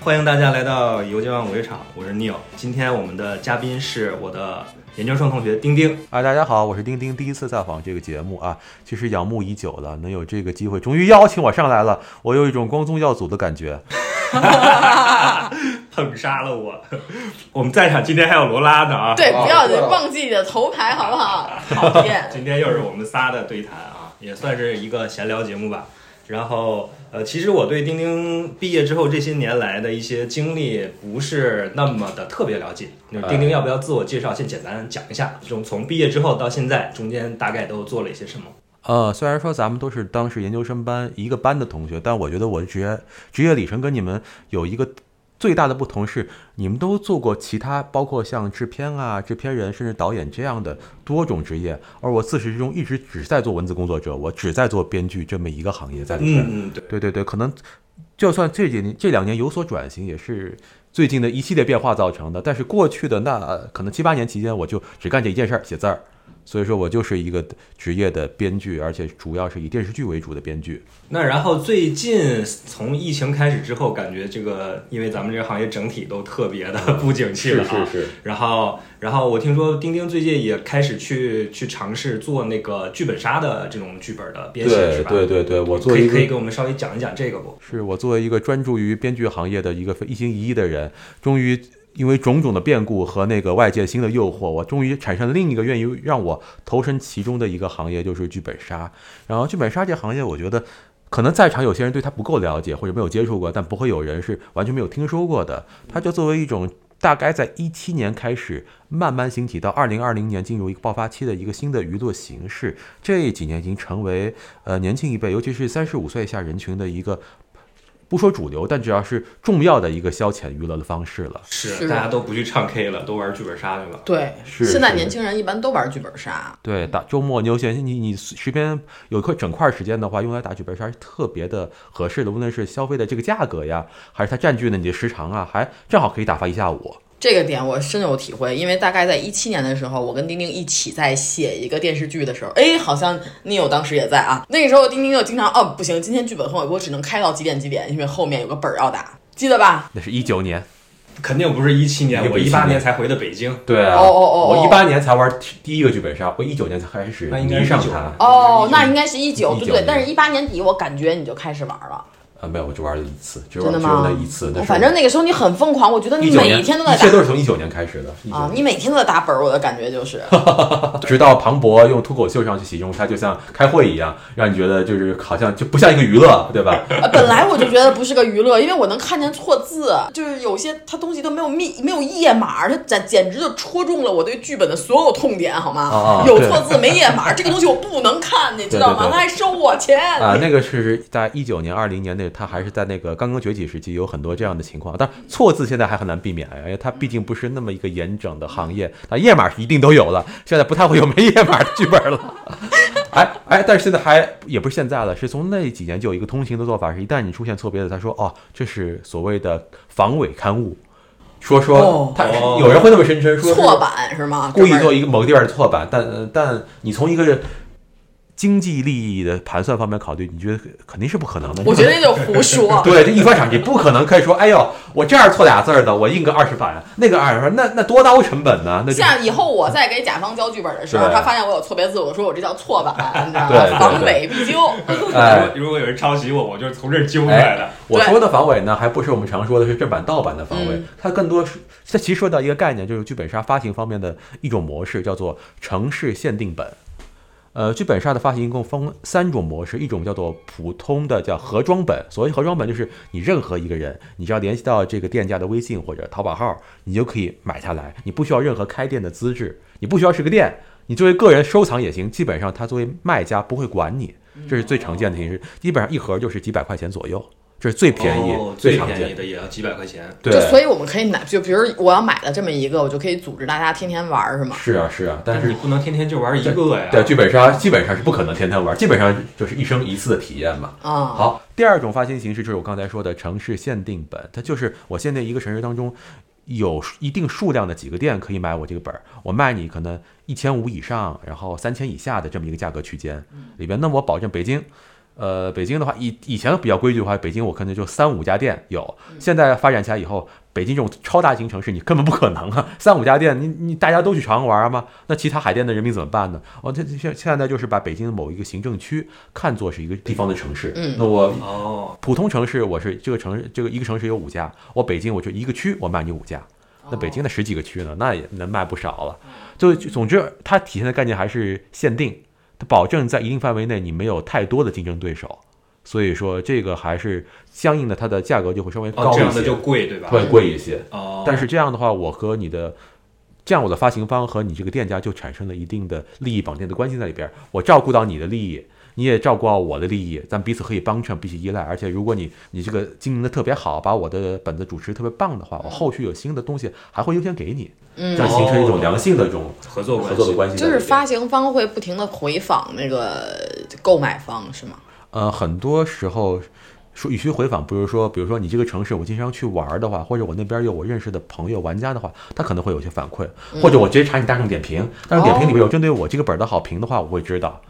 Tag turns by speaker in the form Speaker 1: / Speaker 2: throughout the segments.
Speaker 1: 欢迎大家来到游街湾午夜场，我是 Neil。今天我们的嘉宾是我的研究生同学丁丁。
Speaker 2: 啊，大家好，我是丁丁，第一次在访这个节目啊，其实仰慕已久了，能有这个机会，终于邀请我上来了，我有一种光宗耀祖的感觉。
Speaker 1: 捧杀了我！ 我们在场今天还有罗拉呢啊！
Speaker 3: 对，不要
Speaker 4: 对了
Speaker 3: 忘记你的头牌，好不好？讨厌。
Speaker 1: 今天又是我们仨的对谈啊，也算是一个闲聊节目吧。然后，呃，其实我对丁丁毕业之后这些年来的一些经历不是那么的特别了解。那丁丁要不要自我介绍，先简单讲一下，这种从毕业之后到现在中间大概都做了一些什么？
Speaker 2: 呃，虽然说咱们都是当时研究生班一个班的同学，但我觉得我的职业职业里程跟你们有一个最大的不同是，你们都做过其他，包括像制片啊、制片人甚至导演这样的多种职业，而我自始至终一直只在做文字工作者，我只在做编剧这么一个行业在里面。
Speaker 1: 嗯，对，
Speaker 2: 对对对，可能就算这几年这两年有所转型，也是最近的一系列变化造成的。但是过去的那呃可能七八年期间，我就只干这一件事儿，写字儿。所以说我就是一个职业的编剧，而且主要是以电视剧为主的编剧。
Speaker 1: 那然后最近从疫情开始之后，感觉这个因为咱们这个行业整体都特别的不景气了啊。
Speaker 2: 是，
Speaker 1: 然后，然后我听说丁丁最近也开始去去尝试做那个剧本杀的这种剧本的编写，是
Speaker 2: 对
Speaker 1: 吧？
Speaker 2: 对对对，我作
Speaker 1: 可
Speaker 2: 为一
Speaker 1: 以可以
Speaker 2: 个
Speaker 1: 给我们稍微讲一讲这个不？
Speaker 2: 是我作为一个专注于编剧行业的一个一心一意的人，终于因为种种的变故和那个外界新的诱惑，我终于产生另一个愿意让我投身其中的一个行业，就是剧本杀。然后剧本杀这行业，我觉得可能在场有些人对它不够了解或者没有接触过，但不会有人是完全没有听说过的。它就作为一种。大概在一七年开始慢慢兴起，到二零二零年进入一个爆发期的一个新的娱乐形式，这几年已经成为呃年轻一辈，尤其是三十五岁以下人群的一个不说主流，但只要是重要的一个消遣娱乐的方式了。
Speaker 3: 是
Speaker 1: 大家都不去唱 K 了，都玩剧本杀去 了。
Speaker 3: 对，
Speaker 2: 是
Speaker 3: 现在
Speaker 2: 是
Speaker 3: 年轻人一般都玩剧本杀，
Speaker 2: 对，打周末你有闲，你你时间有一块整块时间的话，用来打剧本杀是特别的合适的，无论是消费的这个价格呀，还是它占据的你的时长啊，还正好可以打发一下午。
Speaker 3: 这个点我深有体会。因为大概在一七年的时候，我跟丁丁一起在写一个电视剧的时候，哎，好像 Neil 当时也在啊。那个时候丁丁就经常哦，不行，今天剧本很我我只能开到几点几点，因为后面有个本儿要打，记得吧？
Speaker 2: 那是一九年，
Speaker 1: 肯定不是一七
Speaker 2: 也
Speaker 1: 年，
Speaker 2: 不
Speaker 1: 我
Speaker 2: 是
Speaker 1: 一
Speaker 2: 17
Speaker 1: 八
Speaker 2: 年
Speaker 1: 年才回的北京。
Speaker 2: 对啊
Speaker 3: 哦哦哦哦
Speaker 2: 我一八年才玩第一个剧本杀，我一九年才开始
Speaker 1: 那应该
Speaker 2: 迷
Speaker 1: 是
Speaker 2: 上
Speaker 1: 19
Speaker 2: 它。
Speaker 3: 哦，那应该是一九，对不
Speaker 2: 19
Speaker 3: 对？但是一八年底，我感觉你就开始玩了，
Speaker 2: 啊，没有，我只玩了一次，只
Speaker 3: 真
Speaker 2: 玩
Speaker 3: 的
Speaker 2: 只有
Speaker 3: 吗
Speaker 2: 那一次。那是
Speaker 3: 反正那个时候你很疯狂，我觉得你
Speaker 2: 一九
Speaker 3: 每
Speaker 2: 年，
Speaker 3: 一天都在
Speaker 2: 一切
Speaker 3: 打
Speaker 2: 都是从一九年开始的。19
Speaker 3: 啊，
Speaker 2: 年
Speaker 3: 你每天都在打本儿，我的感觉就是。
Speaker 2: 直到庞博用脱口秀上去形容它，就像开会一样，让你觉得就是好像就不像一个娱乐，对吧？
Speaker 3: 呃，本来我就觉得不是个娱乐，因为我能看见错字，就是有些它东西都没有密，没有页码，它简简直就戳中了我对剧本的所有痛点，好吗？
Speaker 2: 啊啊
Speaker 3: 有
Speaker 2: 对
Speaker 3: 错字没页码，这个东西我不能看，你知
Speaker 2: 对
Speaker 3: 道
Speaker 2: 对
Speaker 3: 吗？
Speaker 2: 对
Speaker 3: 他还收我钱。
Speaker 2: 啊，那个是在一九年、二零年那，它还是在那个刚刚崛起时期，有很多这样的情况。但错字现在还很难避免，啊因为它毕竟不是那么一个严整的行业。啊，页码是一定都有了，现在不太会有没页码的剧本了。 哎哎，但是现在还也不是现在了，是从那几年就有一个通行的做法，是一旦你出现错别字，他说哦，这是所谓的防伪刊物。说说
Speaker 3: 哦，
Speaker 2: 他
Speaker 1: 哦
Speaker 2: 有人会那么声称说是
Speaker 3: 错版是吗？
Speaker 2: 故意
Speaker 3: 哥们
Speaker 2: 做
Speaker 3: 儿
Speaker 2: 一个某个地方的错版，但呃但你从一个经济利益的盘算方面考虑，你觉得肯定是不可能的。。
Speaker 3: 我觉得那就胡说
Speaker 2: 对，这一翻场你不可能可以说，哎呦，我这儿错俩字儿的，我印个二十版，那个二十版，那那多刀成本呢？那就
Speaker 3: 下以后我再给甲方交剧本的时候，
Speaker 2: 对
Speaker 3: 他发现我有错别字，我说我这叫错版，你知道
Speaker 2: 对对对
Speaker 3: 吗？防伪必究。
Speaker 2: 哎，
Speaker 1: 如果有人抄袭我，我就是从这儿揪出来的。
Speaker 2: 我说的防伪呢，还不是我们常说的是正版盗版的防伪，
Speaker 3: 嗯
Speaker 2: 它更多是它其实说到一个概念，就是剧本杀发行方面的一种模式，叫做城市限定本。呃，剧本杀的发行一共分三种模式，一种叫做普通的叫盒装本，所谓盒装本就是你任何一个人，你只要联系到这个店家的微信或者淘宝号，你就可以买下来，你不需要任何开店的资质，你不需要是个店，你作为个人收藏也行，基本上他作为卖家不会管你，
Speaker 1: 嗯
Speaker 2: 这是最常见的形式，基本上一盒就是几百块钱左右，这是最便宜、
Speaker 1: 哦
Speaker 2: 最
Speaker 1: 最
Speaker 2: 常
Speaker 1: 便宜
Speaker 2: 见。
Speaker 1: 的也要几百块钱。
Speaker 2: 对
Speaker 3: 就，所以我们可以拿，就比如我要买了这么一个，我就可以组织大家天天玩儿，是吗？
Speaker 2: 是啊是啊，但
Speaker 1: 但
Speaker 2: 是
Speaker 1: 你不能天天就玩一个啊呀。
Speaker 2: 对，剧本杀基本上是不可能天天玩，基本上就是一生一次的体验嘛。
Speaker 3: 啊、
Speaker 2: 好，第二种发行形式就是我刚才说的城市限定本，它就是我限定一个城市当中有一定数量的几个店可以买我这个本儿，我卖你可能一千五以上，然后三千以下的这么一个价格区间里边，那我保证北京。呃，北京的话，以以前比较规矩的话，北京我可能就三五家店有。现在发展起来以后，北京这种超大型城市，你根本不可能啊， 三五家店，你你大家都去朝阳玩儿吗？那其他海淀的人民怎么办呢？哦，这这现现在就是把北京的某一个行政区看作是一个地方的城市。
Speaker 3: 嗯
Speaker 2: 那我
Speaker 1: 哦，
Speaker 2: 普通城市我是这个城市这个一个城市有五家，我北京我就一个区我卖你五家，
Speaker 3: 哦
Speaker 2: 那北京的十几个区呢，那也能卖不少了。就就总之，它体现的概念还是限定，它保证在一定范围内你没有太多的竞争对手，所以说这个还是相应的它的价格就会稍微
Speaker 1: 哦
Speaker 2: 高一
Speaker 1: 这
Speaker 2: 些，
Speaker 1: 样的就贵对吧？
Speaker 2: 会贵一些。
Speaker 1: 哦，
Speaker 2: 但是这样的话，我和你的，这样我的发行方和你这个店家就产生了一定的利益绑定的关系在里边儿。我照顾到你的利益，你也照顾到我的利益，咱彼此可以帮衬，彼此依赖。而且如果你你这个经营的特别好，把我的本子主持特别棒的话，我后续有新的东西还会优先给你，这样
Speaker 3: 嗯，
Speaker 2: 形成一种良性的这种
Speaker 1: 合作嗯关
Speaker 2: 合
Speaker 1: 系
Speaker 2: 作的关系在
Speaker 3: 就
Speaker 2: 里边。
Speaker 3: 是发行方会不停的回访那个购买方，是吗？
Speaker 2: 呃，很多时候说与其回访，不如说，比如说你这个城市，我经常去玩儿的话，或者我那边有我认识的朋友玩家的话，他可能会有一些反馈，或者我直接查你大众点评，大众点评里面有针对我这个本儿的好评的话，我会知道，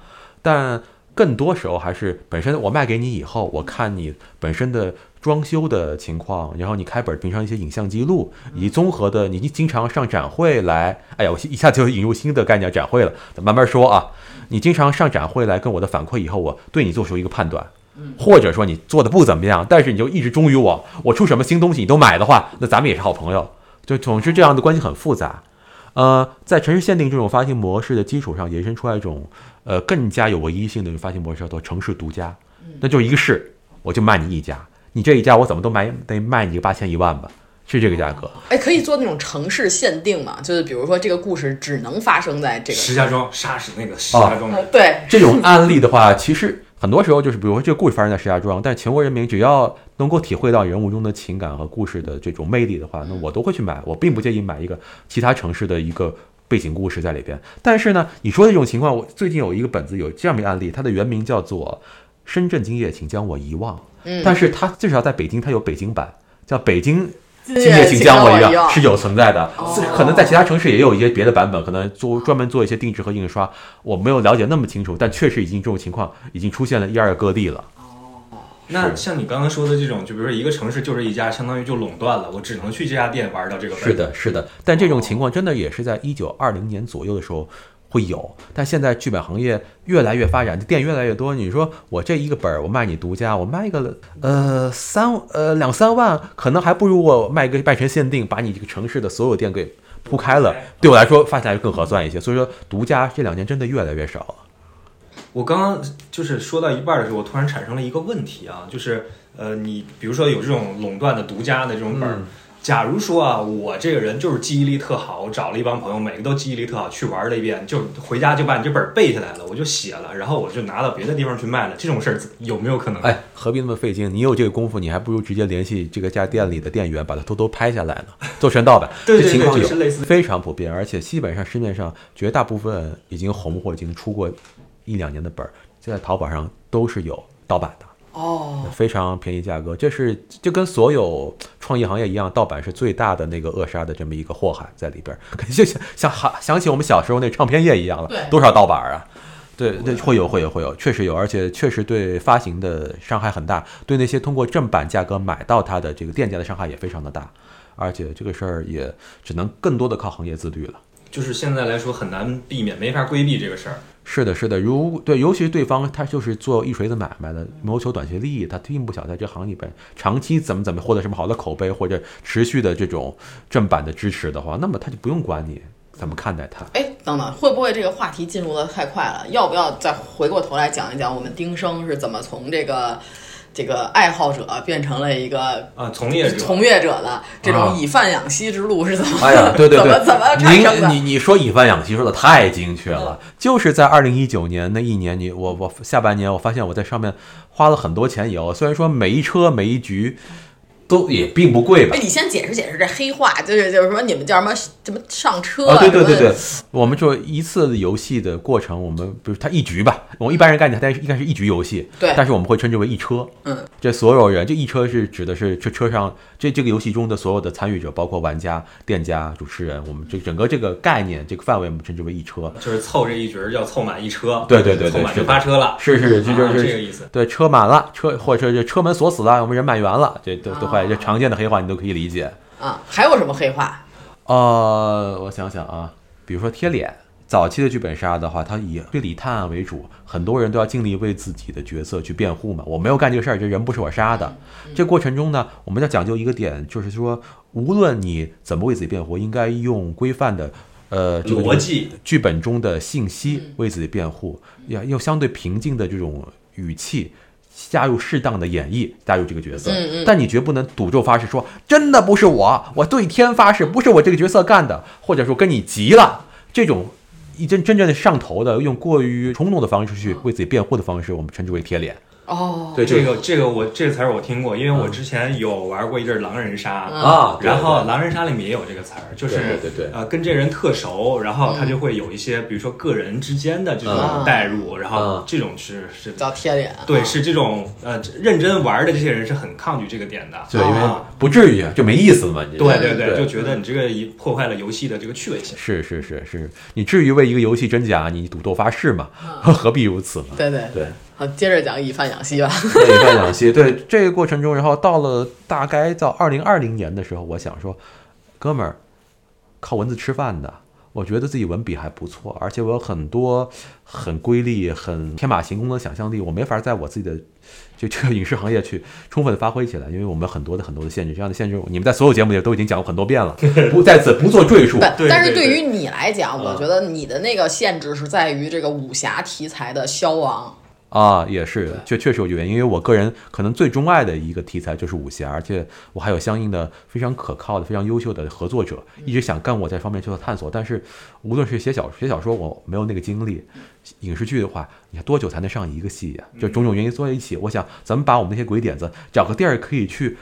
Speaker 2: 但。更多时候还是本身我卖给你以后，我看你本身的装修的情况，然后你开本儿平常一些影像记录，以及综合的你你经常上展会来，哎呀，我一下就引入新的概念展会了，咱慢慢说啊。你经常上展会来跟我的反馈以后，我对你做出一个判断，或者说你做的不怎么样，但是你就一直忠于我，我出什么新东西你都买的话，那咱们也是好朋友。就总之这样的关系很复杂。呃，在城市限定这种发行模式的基础上，延伸出来一种呃更加有唯一性的一种发行模式，叫做城市独家。那就是一个市，我就卖你一家，你这一家我怎么都卖得卖你个八千一万吧，是这个价格。
Speaker 3: 哎，可以做那种城市限定嘛？就是比如说这个故事只能发生在这个。
Speaker 1: 石家庄杀死那个石
Speaker 2: 啊
Speaker 1: 家庄人，
Speaker 3: 对，
Speaker 2: 这种案例的话，其实很多时候就是，比如说这个故事发生在石家庄，但是全国人民只要能够体会到人物中的情感和故事的这种魅力的话，那我都会去买，我并不介意买一个其他城市的一个。背景故事在里边，但是呢，你说的这种情况，我最近有一个本子有这样的一个案例，它的原名叫做《深圳今夜，请将我遗忘》，
Speaker 3: 嗯
Speaker 2: 但是它至少在北京它有北京版，叫《北京
Speaker 3: 今
Speaker 2: 今夜请将我遗
Speaker 3: 一
Speaker 2: 忘》是有存在的，
Speaker 3: 哦
Speaker 2: 是可能在其他城市也有一些别的版本，可能做专门做一些定制和印刷，我没有了解那么清楚，但确实已经这种情况已经出现了一二个各地了。
Speaker 1: 那像你刚刚说的这种，就比如说一个城市就是一家，相当于就垄断了，我只能去这家店玩到这个。
Speaker 2: 是，的，是的，但这种情况真的也是在一九二零年左右的时候会有，但现在剧本行业越来越发展，店越来越多。你说我这一个本儿，我卖你独家，我卖一个呃三呃两三万，可能还不如我卖个卖成限定，把你这个城市的所有店给铺开了，对我来说发起来更合算一些。所以说，独家这两年真的越来越少了。
Speaker 1: 我刚刚就是说到一半的时候，我突然产生了一个问题啊，就是呃，你比如说有这种垄断的独家的这种本
Speaker 2: 嗯
Speaker 1: 儿。假如说啊，我这个人就是记忆力特好，我找了一帮朋友，每个都记忆力特好，去玩了一遍，就回家就把你这本儿背下来了，我就写了，然后我就拿到别的地方去卖了，这种事儿有没有可能？
Speaker 2: 哎，何必那么费劲？你有这个功夫，你还不如直接联系这个家店里的店员，把它偷偷拍下来呢，做成盗版。
Speaker 1: 对
Speaker 2: 这
Speaker 1: 对
Speaker 2: 情
Speaker 1: 对，
Speaker 2: 况
Speaker 1: 就
Speaker 2: 有
Speaker 1: 是，类似
Speaker 2: 非常普遍，而且基本上市面上绝大部分已经红或已经出过一两年的本儿，就在淘宝上都是有盗版的。
Speaker 3: 哦，
Speaker 2: 非常便宜价格，这是就跟所有创意行业一样，盗版是最大的那个扼杀的这么一个祸害在里边儿，就想想想起我们小时候那唱片业一样了
Speaker 3: 对，
Speaker 2: 多少盗版儿啊！对对，会有会有会有，确实有，而且确实对发行的伤害很大，对那些通过正版价格买到它的这个店家的伤害也非常的大，而且这个事儿也只能更多的靠行业自律了。
Speaker 1: 就是现在来说很难避免，没法规避这个事儿。
Speaker 2: 是的，是的，如对，尤其是对方他就是做一锤子买卖的，谋求短期利益，他并不想在这行里边长期怎么怎么获得什么好的口碑或者持续的这种正版的支持的话，那么他就不用管你怎么看待他。
Speaker 3: 哎，等等，会不会这个话题进入的太快了？要不要再回过头来讲一讲我们丁生是怎么从这个这个爱好者变成了一个
Speaker 1: 啊，从业者，
Speaker 3: 从业者的这
Speaker 2: 啊
Speaker 3: 种以贩养吸之路是怎么？
Speaker 2: 哎 呀，对对
Speaker 3: 怎
Speaker 2: 对，
Speaker 3: 么怎么产生
Speaker 2: 您
Speaker 3: 的？嗯
Speaker 2: 你你说以贩养吸说的太精确了，就是在二零一九年那一年，你我我下半年我发现我在上面花了很多钱以后，虽然说每一车每一局都也并不贵吧
Speaker 3: 哎，。你先解释解释这黑话，就是就是说你们叫什么什么上车
Speaker 2: 啊，对对
Speaker 3: 什么
Speaker 2: 对对，我们就一次游戏的过程，我们比如它一局吧，我们一般人概念它应该是一局游戏，
Speaker 3: 对
Speaker 2: 但是我们会称之为一车，
Speaker 3: 嗯，
Speaker 2: 这所有人，这一车是指的是这车上这这个游戏中的所有的参与者，包括玩家、店家、主持人，我们这整个这个概念这个范围，我们称之为一车，
Speaker 1: 就是凑这一局儿要凑满一车，
Speaker 2: 对对对对
Speaker 1: 凑满
Speaker 2: 是
Speaker 1: 就
Speaker 2: 的
Speaker 1: 发车了，
Speaker 2: 是是，这就
Speaker 1: 啊
Speaker 2: 是、
Speaker 1: 这个意思。
Speaker 2: 对，车满了，车或者是车门锁死了，我们人满员了，这都都会，这常见的黑话你都可以理解。
Speaker 3: 啊，还有什么黑话？
Speaker 2: 呃，我想想啊，比如说贴脸，早期的剧本杀的话，它以推理探案为主，很多人都要尽力为自己的角色去辩护嘛。我没有干这个事儿，这人不是我杀的。
Speaker 1: 嗯
Speaker 2: 这过程中呢，我们要讲究一个点，就是说，无论你怎么为自己辩护，应该用规范的。呃，这个
Speaker 1: 逻辑嗯
Speaker 2: 剧本中的信息为自己辩护，要要相对平静的这种语气，加入适当的演绎，加入这个角色。
Speaker 3: 嗯嗯
Speaker 2: 但你绝不能赌咒发誓说真的不是我，我对天发誓不是我这个角色干的，或者说跟你急了这种。一真真正的上头的，用过于冲动的方式去为自己辩护的方式，我们称之为贴脸。
Speaker 3: 哦，
Speaker 2: 对嗯
Speaker 1: 这个这个我这个词儿我听过，因为我之前有玩过一阵儿狼人杀
Speaker 3: 嗯
Speaker 2: 啊，对
Speaker 1: 然后
Speaker 2: 对
Speaker 1: 狼人杀里面也有这个词儿，就是
Speaker 2: 对对对对
Speaker 1: 呃跟这人特熟，然后他就会有一些比如说个人之间的这种
Speaker 3: 嗯
Speaker 1: 代入，然后
Speaker 2: 嗯
Speaker 1: 这种是是
Speaker 3: 叫贴脸。啊
Speaker 1: 对是这种呃认真玩的这些人是很抗拒这个点的，
Speaker 2: 对，因为
Speaker 1: 啊
Speaker 2: 不至于啊，就没意思嘛。你
Speaker 1: 对对
Speaker 2: 对
Speaker 1: 对，就觉得你这个一破坏了游戏的这个趣味性。
Speaker 2: 是是是是，你至于为一个游戏真假你赌咒发誓吗？
Speaker 3: 啊
Speaker 2: 何必如此呢？
Speaker 3: 对对，
Speaker 2: 对，
Speaker 3: 好，接着讲以贩养吸吧。
Speaker 2: 对，半两期。对这个过程中，然后到了大概到二零二零年的时候，我想说，哥们儿，靠文字吃饭的，我觉得自己文笔还不错，而且我有很多很瑰丽、很天马行空的想象力，我没法在我自己的就这个影视行业去充分的发挥起来，因为我们有很多的很多的限制，这样的限制你们在所有节目里都已经讲过很多遍了，不在此不做赘述。
Speaker 3: 不
Speaker 1: 对
Speaker 3: 但是
Speaker 1: 对
Speaker 3: 对
Speaker 1: 对啊
Speaker 3: 于你来讲，我觉得你的那个限制是在于这个武侠题材的消亡。
Speaker 2: 啊，也是，确确实有原因，因为我个人可能最钟爱的一个题材就是武侠，而且我还有相应的非常可靠的、非常优秀的合作者，一直想干我在方面去做探索。但是，无论是写小写小说，我没有那个精力；影视剧的话，你看多久才能上一个戏呀、就种种原因坐在一起，我想咱们把我们那些鬼点子找个地儿可以去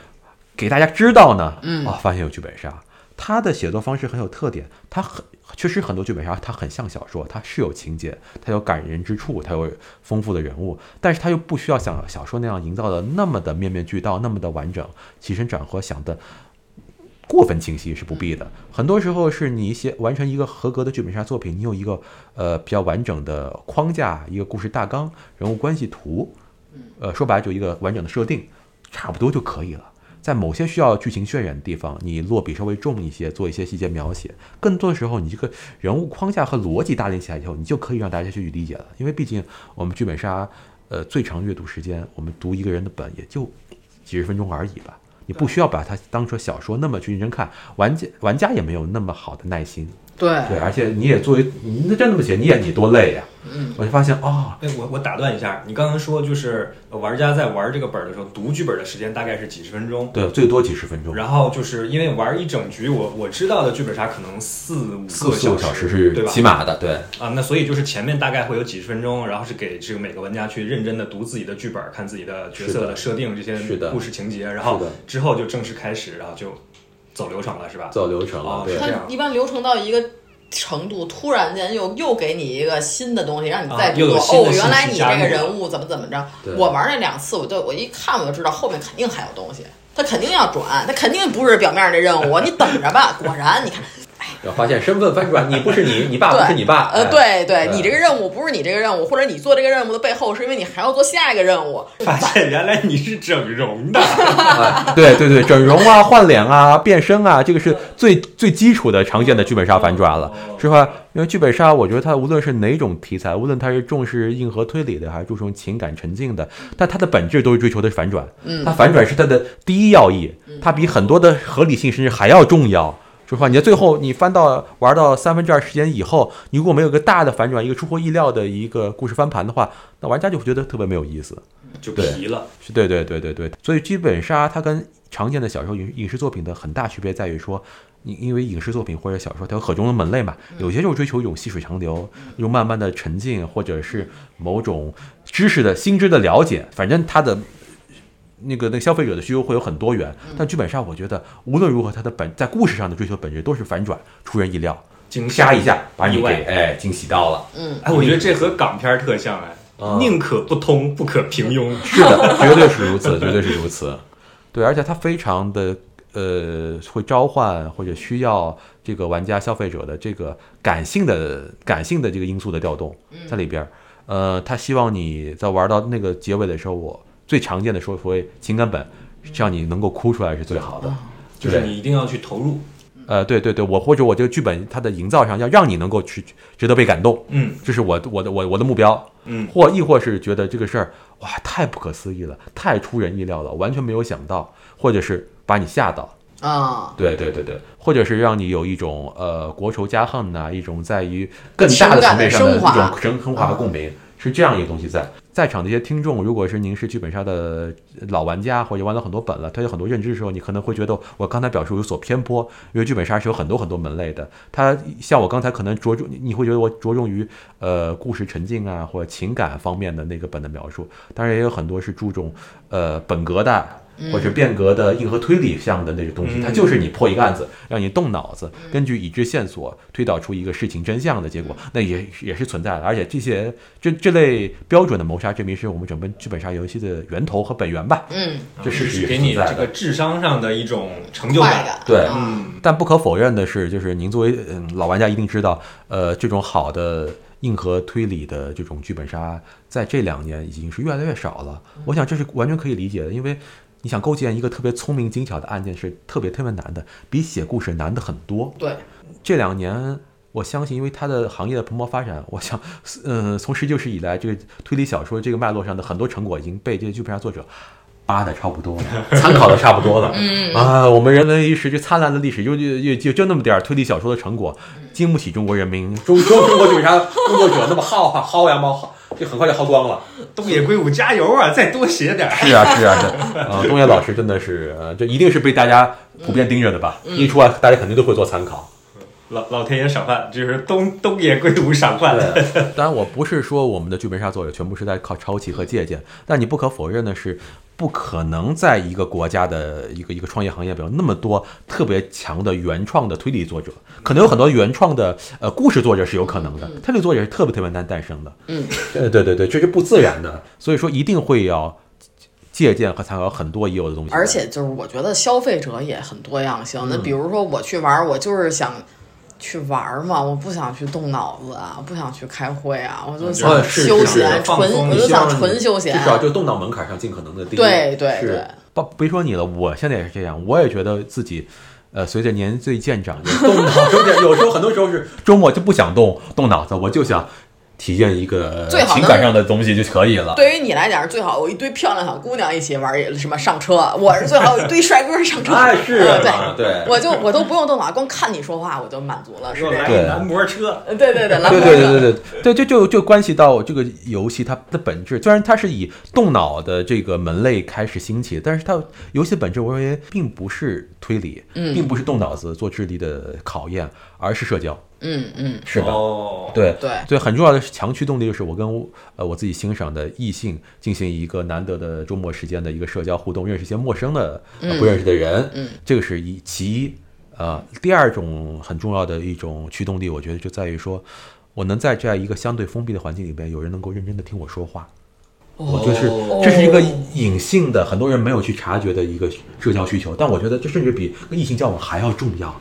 Speaker 2: 给大家知道呢。嗯，啊，发现有剧本杀。他的写作方式很有特点，他很确实很多剧本杀，它很像小说，它是有情节，它有感人之处，它有丰富的人物，但是它又不需要像小说那样营造的那么的面面俱到，那么的完整，起承转合想的过分清晰是不必的。很多时候是你写完成一个合格的剧本杀作品，你有一个呃比较完整的框架，一个故事大纲、人物关系图，呃，说白了就一个完整的设定，差不多就可以了。在某些需要剧情渲染的地方，你落笔稍微重一些，做一些细节描写。更多的时候，你这个人物框架和逻辑搭建起来以后，你就可以让大家去理解了。因为毕竟我们剧本杀，呃，最长阅读时间，我们读一个人的本也就几十分钟而已吧。你不需要把它当成小说那么去认真看，玩家玩家也没有那么好的耐心。
Speaker 3: 对
Speaker 2: 对，而且你也作为你那真那么写，你也你多累呀、嗯，我就发现哦，
Speaker 1: 哎，我我打断一下，你刚刚说就是呃玩家在玩这个本儿的时候，读剧本的时间大概是几十分钟。
Speaker 2: 对，最多几十分钟。
Speaker 1: 然后就是因为玩一整局，我我知道的剧本杀可能四五
Speaker 2: 四
Speaker 1: 个
Speaker 2: 四个
Speaker 1: 小
Speaker 2: 小时
Speaker 1: 对
Speaker 2: 是
Speaker 1: 吧？
Speaker 2: 起码的，对，
Speaker 1: 啊，那所以就是前面大概会有几十分钟，然后是给这个每个玩家去认真的读自己的剧本，看自己的角色的设定这些
Speaker 2: 是的
Speaker 1: 故事情节，然后
Speaker 2: 是的
Speaker 1: 之后就正式开始，然后就走流程了，是吧？
Speaker 2: 走流程了
Speaker 1: 哦，
Speaker 2: 对
Speaker 1: 是。
Speaker 3: 它
Speaker 1: 这样
Speaker 3: 一般流程到一个程度，突然间又又给你一个新的东西，让你再
Speaker 1: 啊又
Speaker 3: 读
Speaker 1: 有
Speaker 3: 读、
Speaker 1: 新
Speaker 3: 哦
Speaker 1: 的，信息
Speaker 3: 原来你这
Speaker 1: 加入
Speaker 3: 个人物怎么怎么着
Speaker 2: 对。
Speaker 3: 我玩那两次，我就我一看我就知道后面肯定还有东西，他肯定要转，他肯定不是表面的任务，你等着吧。果然，你看，哎，
Speaker 5: 然后发现身份翻转，你不是你，你爸不是你爸，
Speaker 3: 呃，
Speaker 5: 哎
Speaker 3: 对对，
Speaker 5: 嗯
Speaker 3: 你这个任务不是你这个任务，或者你做这个任务的背后，是因为你还要做下一个任务。
Speaker 1: 发现原来你是整容的，
Speaker 2: 对对对，整容啊、换脸啊、变身啊，这个是最最基础的常见的剧本杀反转了，
Speaker 1: 哦
Speaker 2: 是吧？因为剧本杀，我觉得它无论是哪种题材，无论它是重视硬核推理的，还是注重情感沉浸的，但它的本质都是追求的是反转。
Speaker 3: 嗯
Speaker 2: 它反转是它的第一要义，它比很多的合理性甚至还要重要。说实话，你在最后你翻到玩到三分之二时间以后，你如果没有一个大的反转，一个出乎意料的一个故事翻盘的话，那玩家就会觉得特别没有意思。
Speaker 1: 就皮了。
Speaker 2: 是对对对对对，所以剧本杀它跟常见的小说影影视作品的很大区别在于说，你因为影视作品或者小说它有很多种门类嘛，
Speaker 1: 嗯
Speaker 2: 有些就是追求一种细水长流，一种慢慢的沉浸，或者是某种知识的新知的了解，反正它的。那个那个消费者的需求会有很多元，
Speaker 1: 嗯
Speaker 2: 但剧本杀我觉得无论如何，它的本在故事上的追求本质都是反转，出人意料，
Speaker 1: 惊
Speaker 2: 啪一下把你
Speaker 1: 意
Speaker 2: 给
Speaker 1: 外
Speaker 2: 哎惊喜到了，
Speaker 3: 嗯，
Speaker 1: 哎，我觉得这和港片儿特像哎，
Speaker 2: 嗯
Speaker 1: 宁可不通，不可平庸。
Speaker 2: 是的，绝对是如此，绝对是如此。对，而且它非常的呃，会召唤或者需要这个玩家、消费者的这个感性的感性的这个因素的调动在里边儿。呃，他希望你在玩到那个结尾的时候，我最常见的说所谓情感本，让你能够哭出来是最好的。
Speaker 1: 就是
Speaker 2: 对
Speaker 1: 你一定要去投入。
Speaker 2: 呃，对对对，我或者我这个剧本它的营造上要让你能够去值得被感动，
Speaker 1: 嗯
Speaker 2: 这是我的我的我我的目标，
Speaker 1: 嗯，
Speaker 2: 或亦或是觉得这个事儿哇太不可思议了，太出人意料了，完全没有想到，或者是把你吓到，
Speaker 3: 啊，
Speaker 2: 对对对对，或者是让你有一种呃国仇家恨呐、一种在于更大
Speaker 3: 情
Speaker 2: 的
Speaker 3: 感
Speaker 2: 层
Speaker 3: 的
Speaker 2: 面上的一
Speaker 3: 升华
Speaker 2: 种升升华和共鸣，是这样一个东西在。在场的一些听众，如果是您是剧本杀的老玩家，或者玩了很多本了，他有很多认知的时候，你可能会觉得我刚才表述有所偏颇，因为剧本杀是有很多很多门类的。它像我刚才可能着重，你你会觉得我着重于呃故事沉浸啊，或者情感方面的那个本的描述，当然也有很多是注重呃本格的。
Speaker 3: 嗯
Speaker 2: 或者变革的硬核推理项的那种东西，
Speaker 1: 嗯
Speaker 2: 它就是你破一个案子，让你动脑子，根据已知线索推导出一个事情真相的结果，那也也是存在的。而且这些这这类标准的谋杀证明是我们整个剧本杀游戏的源头和本源吧，
Speaker 3: 嗯，
Speaker 2: 这事实
Speaker 1: 是
Speaker 2: 也
Speaker 1: 给
Speaker 2: 是
Speaker 1: 你
Speaker 2: 存在
Speaker 1: 这
Speaker 2: 的
Speaker 1: 个。智商上的一种成就
Speaker 3: 快
Speaker 1: 感。
Speaker 3: 感，
Speaker 2: 对
Speaker 3: 啊
Speaker 1: 嗯，
Speaker 2: 但不可否认的是，就是您作为嗯老玩家一定知道，呃，这种好的硬核推理的这种剧本杀，在这两年已经是越来越少了。我想这是完全可以理解的，因为你想构建一个特别聪明精巧的案件是特别特别难的，比写故事难的很多。
Speaker 3: 对，
Speaker 2: 这两年。我相信，因为它的行业的蓬勃发展，我想， 嗯、从十九世纪以来，这个推理小说这个脉络上的很多成果已经被这些剧本杀作者扒的差不多了，参考的差不多了。嗯 啊，我们人类历史这灿烂的历史，就就就就就那么点儿推理小说的成果，经不起中国人民中中中国剧本杀工作者那么耗啊薅呀猫薅，这很快就薅光了。
Speaker 1: 东野圭吾加油啊，再多写点儿。
Speaker 2: 是啊，是啊，是 啊，呃东野老师真的是，呃，这一定是被大家普遍盯着的吧？一出来，大家肯定都会做参考。
Speaker 1: 老老天爷赏饭，就是东东野圭吾赏饭。
Speaker 2: 对， 当然我不是说我们的剧本杀作者全部是在靠抄袭和借鉴，但你不可否认的是，不可能在一个国家的一个一个创业行业表那么多特别强的原创的推理作者，可能有很多原创的呃故事作者是有可能的，推理作者是特别特别难诞生的。
Speaker 3: 嗯，
Speaker 2: 对对对对，这是不自然的，所以说一定会要借鉴和参考很多已有的东西的。
Speaker 3: 而且就是我觉得消费者也很多样
Speaker 2: 嗯
Speaker 3: 性。那比如说我去玩儿，我就是想去玩儿嘛，我不想去动脑子啊，不想去开会啊，我就想
Speaker 2: 哦是是
Speaker 3: 休
Speaker 2: 是
Speaker 3: 闲，
Speaker 1: 放
Speaker 3: 纯
Speaker 1: 松
Speaker 3: 我
Speaker 1: 一下
Speaker 3: 就想纯休闲
Speaker 2: 至。少就动到门槛上尽可能的低。
Speaker 3: 对对
Speaker 2: 是
Speaker 3: 对，
Speaker 2: 不别说你了，我现在也是这样，我也觉得自己。呃，随着年岁渐长，动脑 有点，有时候很多时候是周末就不想动动脑子，我就想体验一个
Speaker 3: 最好能
Speaker 2: 情感上的东西就可以了。
Speaker 3: 对于你来讲是最好有一堆漂亮小姑娘一起玩儿什么上车，我是最好有一堆帅哥上车。
Speaker 2: 哎，是
Speaker 3: 嗯
Speaker 2: 嘛，
Speaker 3: 对，
Speaker 2: 对，
Speaker 3: 我就我都不用动脑，光看你说话我就满足了，是
Speaker 1: 给我
Speaker 3: 这
Speaker 1: 来
Speaker 3: 样。
Speaker 2: 对
Speaker 1: 一男摩托车，
Speaker 3: 呃对对对，蓝
Speaker 2: 对
Speaker 3: 光
Speaker 2: 对
Speaker 3: 的
Speaker 2: 对对对对，就就就关系到这个游戏它的本质。虽然它是以动脑的这个门类开始兴起，但是它游戏的本质，我认为并不是推理，
Speaker 3: 嗯
Speaker 2: 并不是动脑子做智力的考验，而是社交，
Speaker 3: 嗯嗯，
Speaker 2: 是吧？
Speaker 1: 哦，
Speaker 2: 对
Speaker 3: 对
Speaker 2: 对，很重要的是强驱动力就是我跟我呃我自己欣赏的异性进行一个难得的周末时间的一个社交互动，认识一些陌生的、呃不认识的人，
Speaker 3: 嗯
Speaker 2: 这个是一其一。呃，第二种很重要的一种驱动力，我觉得就在于说，我能在这样一个相对封闭的环境里边，有人能够认真的听我说话，我就是
Speaker 3: 哦
Speaker 2: 这是一个隐性的，很多人没有去察觉的一个社交需求，但我觉得这甚至比跟异性交往还要重要。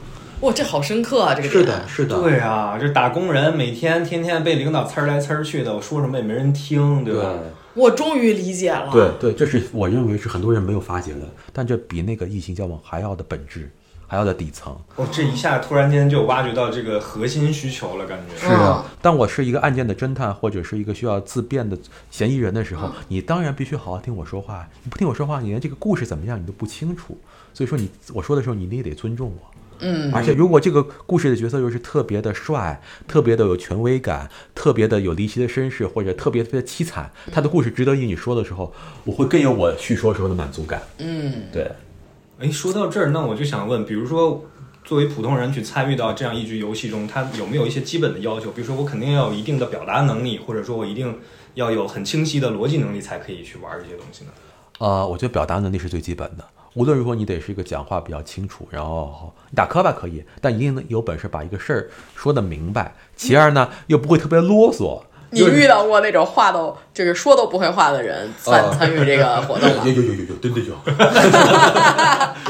Speaker 3: 哇，这好深刻啊，这个
Speaker 5: 是
Speaker 3: 点
Speaker 5: 的，是的，
Speaker 1: 对啊，这打工人每天天天被领导呲儿来呲儿去的，我说什么也没人听，对
Speaker 5: 对
Speaker 1: 吧？
Speaker 3: 我终于理解了。
Speaker 2: 对
Speaker 5: 对，这是我认为是很多人没有发觉的。
Speaker 2: 但这比那个异性交往还要的本质，还要的底层。
Speaker 1: 哦，这一下突然间就挖掘到这个核心需求了，感觉。
Speaker 3: 嗯
Speaker 2: 的，当我是一个案件的侦探，或者是一个需要自辩的嫌疑人的时候，
Speaker 3: 嗯
Speaker 2: 你当然必须好好听我说话。你不听我说话，你连这个故事怎么样你都不清楚。所以说你我说的时候，你一定得尊重我。
Speaker 3: 嗯，
Speaker 2: 而且如果这个故事的角色又是特别的帅，特别的有权威感，特别的有离奇的身世，或者特别特别凄惨，他的故事值得一你说的时候，我会更有我叙说时候的满足感。
Speaker 3: 嗯，
Speaker 2: 对，
Speaker 1: 哎，说到这儿，那我就想问，比如说，作为普通人去参与到这样一局游戏中，他有没有一些基本的要求？比如说，我肯定要有一定的表达能力，或者说我一定要有很清晰的逻辑能力，才可以去玩这些东西呢？
Speaker 2: 呃，我觉得表达能力是最基本的。无论如何，你得是一个讲话比较清楚，然后你打磕巴可以，但一定能有本事把一个事儿说得明白。其二呢，又不会特别啰嗦。
Speaker 3: 你遇到过那种话都就是说都不会话的人参
Speaker 5: 哦
Speaker 3: 参与这个活 动
Speaker 2: 哎
Speaker 3: 吗？
Speaker 5: 有有有有，真的 有。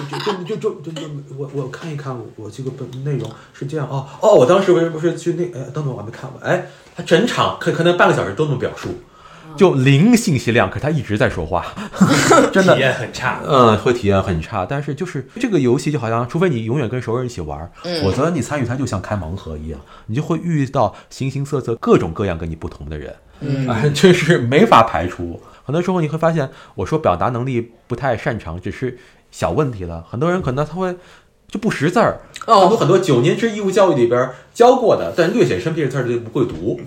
Speaker 5: 就就就就就我我看一看我这个本内容是这样哦哦，我当时不是不是去那哎，等等我还没看完，哎，他整场可可能半个小时都能表述，
Speaker 2: 就零信息量，可他一直在说话，真的
Speaker 1: 体验很 差。
Speaker 2: 嗯，会体验很差，但是就是这个游戏就好像，除非你永远跟熟人一起玩，
Speaker 3: 嗯
Speaker 2: 否则你参与它就像开盲盒一样，你就会遇到形形色色、各种各样跟你不同的人，
Speaker 3: 嗯
Speaker 2: 哎，真是没法排除。很多时候你会发现，我说表达能力不太擅长，只是小问题了。很多人可能他会就不识字儿，
Speaker 5: 很多
Speaker 3: 哦，
Speaker 5: 很多九年制义务教育里边教过的，但略显生僻的字儿就不会读。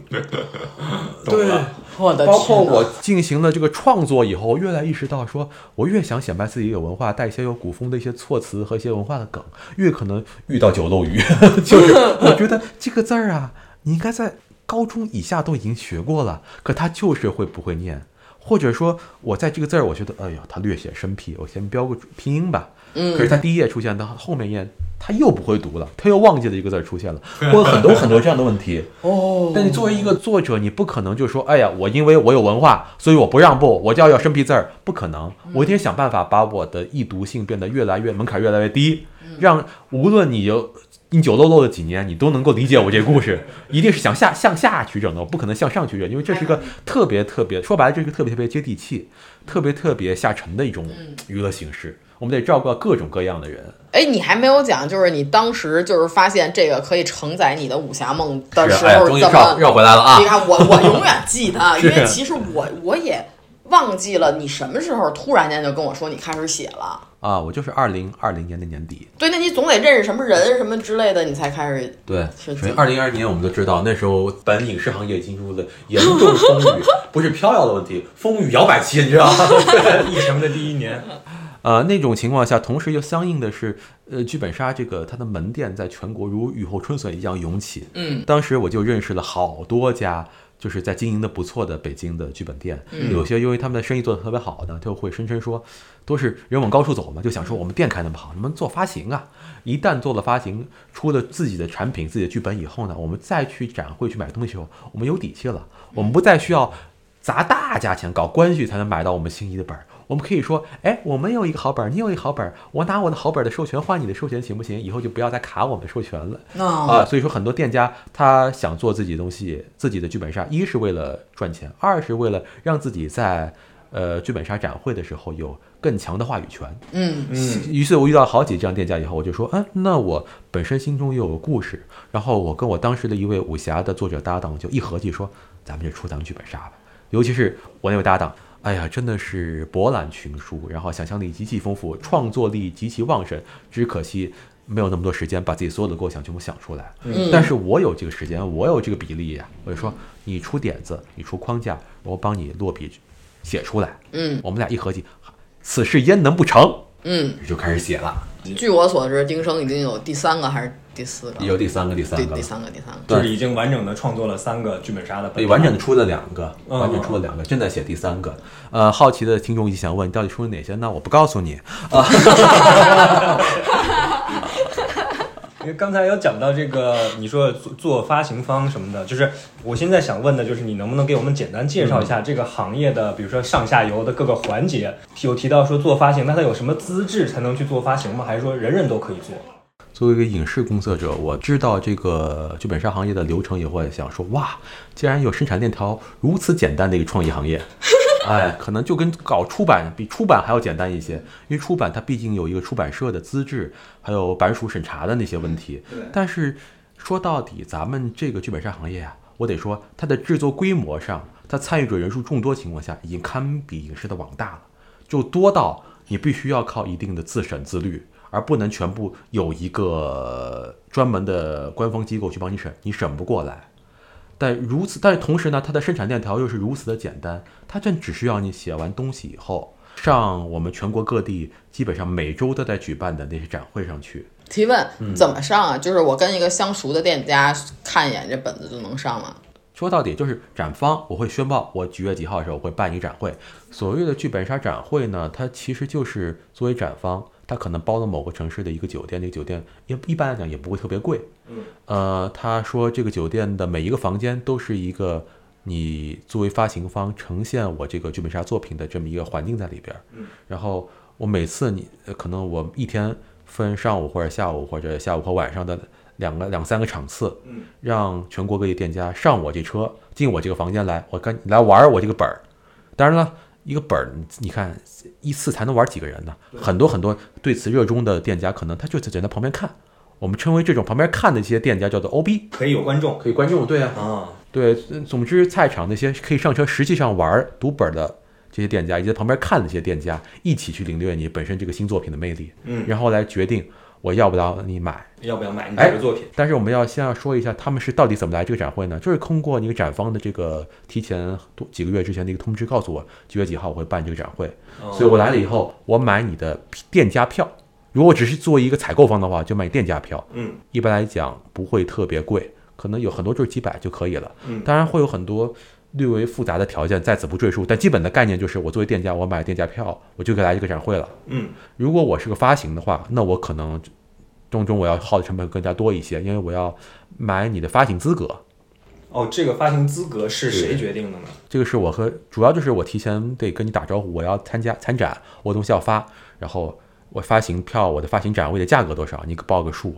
Speaker 5: 对，
Speaker 3: 我的
Speaker 5: 包括
Speaker 3: 天哪
Speaker 5: 我
Speaker 2: 进行了这个创作以后，越来意识到说，我越想显摆自己有文化，带一些有古风的一些措辞和一些文化的梗，越可能遇到酒漏鱼。 就是我觉得这个字儿啊，你应该在高中以下都已经学过了，可他就是会不会念，或者说我在这个字儿，我觉得哎呀，它略显生僻，我先标个拼音吧。
Speaker 3: 嗯
Speaker 2: 可是它第一页出现，到后面一页他又不会读了，他又忘记了一个字儿出现了，会有很多很多这样的问题。
Speaker 3: 哦
Speaker 2: 但你作为一个作者，你不可能就说，哎呀，我因为我有文化，所以我不让步，我就要要生僻字儿，不可能。
Speaker 3: 嗯
Speaker 2: 我一定想办法把我的易读性变得越来越门槛越来越低，
Speaker 3: 嗯
Speaker 2: 让无论你有你酒漏漏了几年，你都能够理解我这故事。一定是想下向下取整的，我不可能向上取整，因为这是一个特别特别，说白了，这是一个特别特别接地气、特别特别下沉的一种
Speaker 3: 嗯
Speaker 2: 娱乐形式。我们得照顾到各种各样的人。
Speaker 3: 哎，你还没有讲，就是你当时就是发现这个可以承载你的武侠梦的时
Speaker 5: 是哎呀，
Speaker 3: 候，
Speaker 5: 终于
Speaker 3: 怎
Speaker 5: 绕
Speaker 3: 么？
Speaker 5: 绕回来了啊
Speaker 3: 你！看我，我永远记 得，啊因为其实我我也忘记了你什么时候突然间就跟我说你开始写了。
Speaker 2: 啊，我就是二零二零年的年底，
Speaker 3: 对，那你总得认识什么人什么之类的，你才开始。
Speaker 5: 对，首
Speaker 3: 是自己
Speaker 5: 先二零二零年我们都知道，那时候本影视行业进入了严重风雨，不是飘摇的问题，风雨摇摆期，你知道吗？
Speaker 1: 疫情的第一年，
Speaker 2: 呃，那种情况下，同时又相应的是，呃，剧本杀这个它的门店在全国如雨后春笋一样涌起。
Speaker 3: 嗯，
Speaker 2: 当时我就认识了好多家，就是在经营的不错的北京的剧本店，有些因为他们的生意做得特别好呢，就会声称说，都是人往高处走嘛，就想说我们店开那么好，你们做发行啊。一旦做了发行，出了自己的产品、自己的剧本以后呢，我们再去展会去买东西的时候，我们有底气了，我们不再需要砸大价钱搞关系才能买到我们心仪的本儿。我们可以说，哎，我们有一个好本儿，你有一个好本儿，我拿我的好本儿的授权换你的授权行不行？以后就不要再卡我们的授权了。
Speaker 3: 那、
Speaker 2: 啊，所以说很多店家他想做自己的东西，自己的剧本杀，一是为了赚钱，二是为了让自己在呃剧本杀展会的时候有更强的话语权。
Speaker 3: 嗯，
Speaker 1: 嗯，
Speaker 2: 于是我遇到好几这样店家以后，我就说，嗯，那我本身心中又有故事，然后我跟我当时的一位武侠的作者搭档就一合计说，咱们就出咱们剧本杀吧。尤其是我那位搭档，哎呀，真的是博览群书，然后想象力极其丰富，创作力极其旺盛，只可惜。没有那么多时间把自己所有的构想全部想出来，
Speaker 3: 嗯
Speaker 2: 但是我有这个时间，我有这个比例呀、我就说，你出点子，你出框架，我帮你落笔写出来。
Speaker 3: 嗯
Speaker 2: 我们俩一合计，此事焉能不成？
Speaker 3: 嗯，
Speaker 5: 就开始写了，
Speaker 3: 据我所知，丁生已经有第三个还是第四个？
Speaker 5: 有第三个，第三
Speaker 3: 第
Speaker 5: 个
Speaker 3: 嗯第
Speaker 5: 了。
Speaker 3: 三个，第三个。
Speaker 1: 就是已经完整的创作了三个剧本杀的本
Speaker 2: 对，
Speaker 1: 质，
Speaker 2: 完整的出了两个，
Speaker 1: 嗯
Speaker 2: 完整出了两个，正在写第三个。呃，好奇的听众也想问，你到底出了哪些？那我不告诉你。
Speaker 1: 因为刚才有讲到这个，你说做做发行方什么的，就是我现在想问的，就是你能不能给我们简单介绍一下这个行业的，比如说上下游的各个环节？有提到说做发行，那它有什么资质才能去做发行吗？还是说人人都可以做？
Speaker 2: 作为一个影视工作者，我知道这个剧本杀行业的流程以后，也想说哇，既然有生产链条如此简单的一个创意行业，哎，可能就跟搞出版比出版还要简单一些，因为出版它毕竟有一个出版社的资质，还有版属审查的那些问题。但是说到底，咱们这个剧本杀行业啊，我得说它的制作规模上，它参与者人数众多情况下，已经堪比影视的网大了，就多到你必须要靠一定的自审自律。而不能全部有一个专门的官方机构去帮你审，你审不过来。但如此，但是同时呢，它的生产链条又是如此的简单，它这只需要你写完东西以后，上我们全国各地基本上每周都在举办的那些展会上去。
Speaker 3: 提问
Speaker 2: 嗯
Speaker 3: 怎么上啊？就是我跟一个相熟的店家看一眼这本子就能上吗？
Speaker 2: 说到底就是展方，我会宣报我几月几号的时候我会办一个展会。所谓的剧本杀展会呢，它其实就是作为展方，它可能包了某个城市的一个酒店，这个酒店也一般来讲也不会特别贵。嗯，呃，他说这个酒店的每一个房间都是一个你作为发行方呈现我这个剧本杀作品的这么一个环境在里边。嗯，然后我每次你呃可能我一天分上午或者下午或者下午和晚上的两个两三个场次，让全国各地店家上我这车，进我这个房间来，我跟来玩我这个本儿。当然了，一个本儿，你看一次才能玩几个人呢？很多很多对此热衷的店家，可能他就只在旁边看。我们称为这种旁边看的一些店家叫做 OB。
Speaker 1: 可以有观众
Speaker 2: 可以观众对啊，
Speaker 1: 啊，
Speaker 2: 对，嗯总之菜场那些可以上车实际上玩儿读本儿的这些店家，以及在旁边看的这些店家，一起去领略你本身这个新作品的魅力，
Speaker 1: 嗯
Speaker 2: 然后来决定我要不要你买。
Speaker 1: 要不要买你这个作品？
Speaker 2: 但是我们要先要说一下，他们是到底怎么来这个展会呢？就是通过一个展方的这个提前多几个月之前的一个通知，告诉我几月几号我会办这个展会，
Speaker 1: 啊哦
Speaker 2: 所以我来了以后，我买你的店家票。如果只是作为一个采购方的话，就买店家票，
Speaker 1: 嗯，
Speaker 2: 一般来讲不会特别贵，可能有很多就是几百就可以了。
Speaker 1: 嗯
Speaker 2: 当然会有很多略微复杂的条件，在此不赘述。但基本的概念就是，我作为店家，我买店家票，我就可以来这个展会了。
Speaker 1: 嗯，
Speaker 2: 如果我是个发行的话，那我可能当中我要耗的成本更加多一些，因为我要买你的发行资格。
Speaker 1: 哦，这个发行资格是谁决定的呢？
Speaker 2: 这个是我和主要就是我提前得跟你打招呼，我要参加参展，我东西要发，然后我发行票，我的发行展位的价格多少，你给报个数。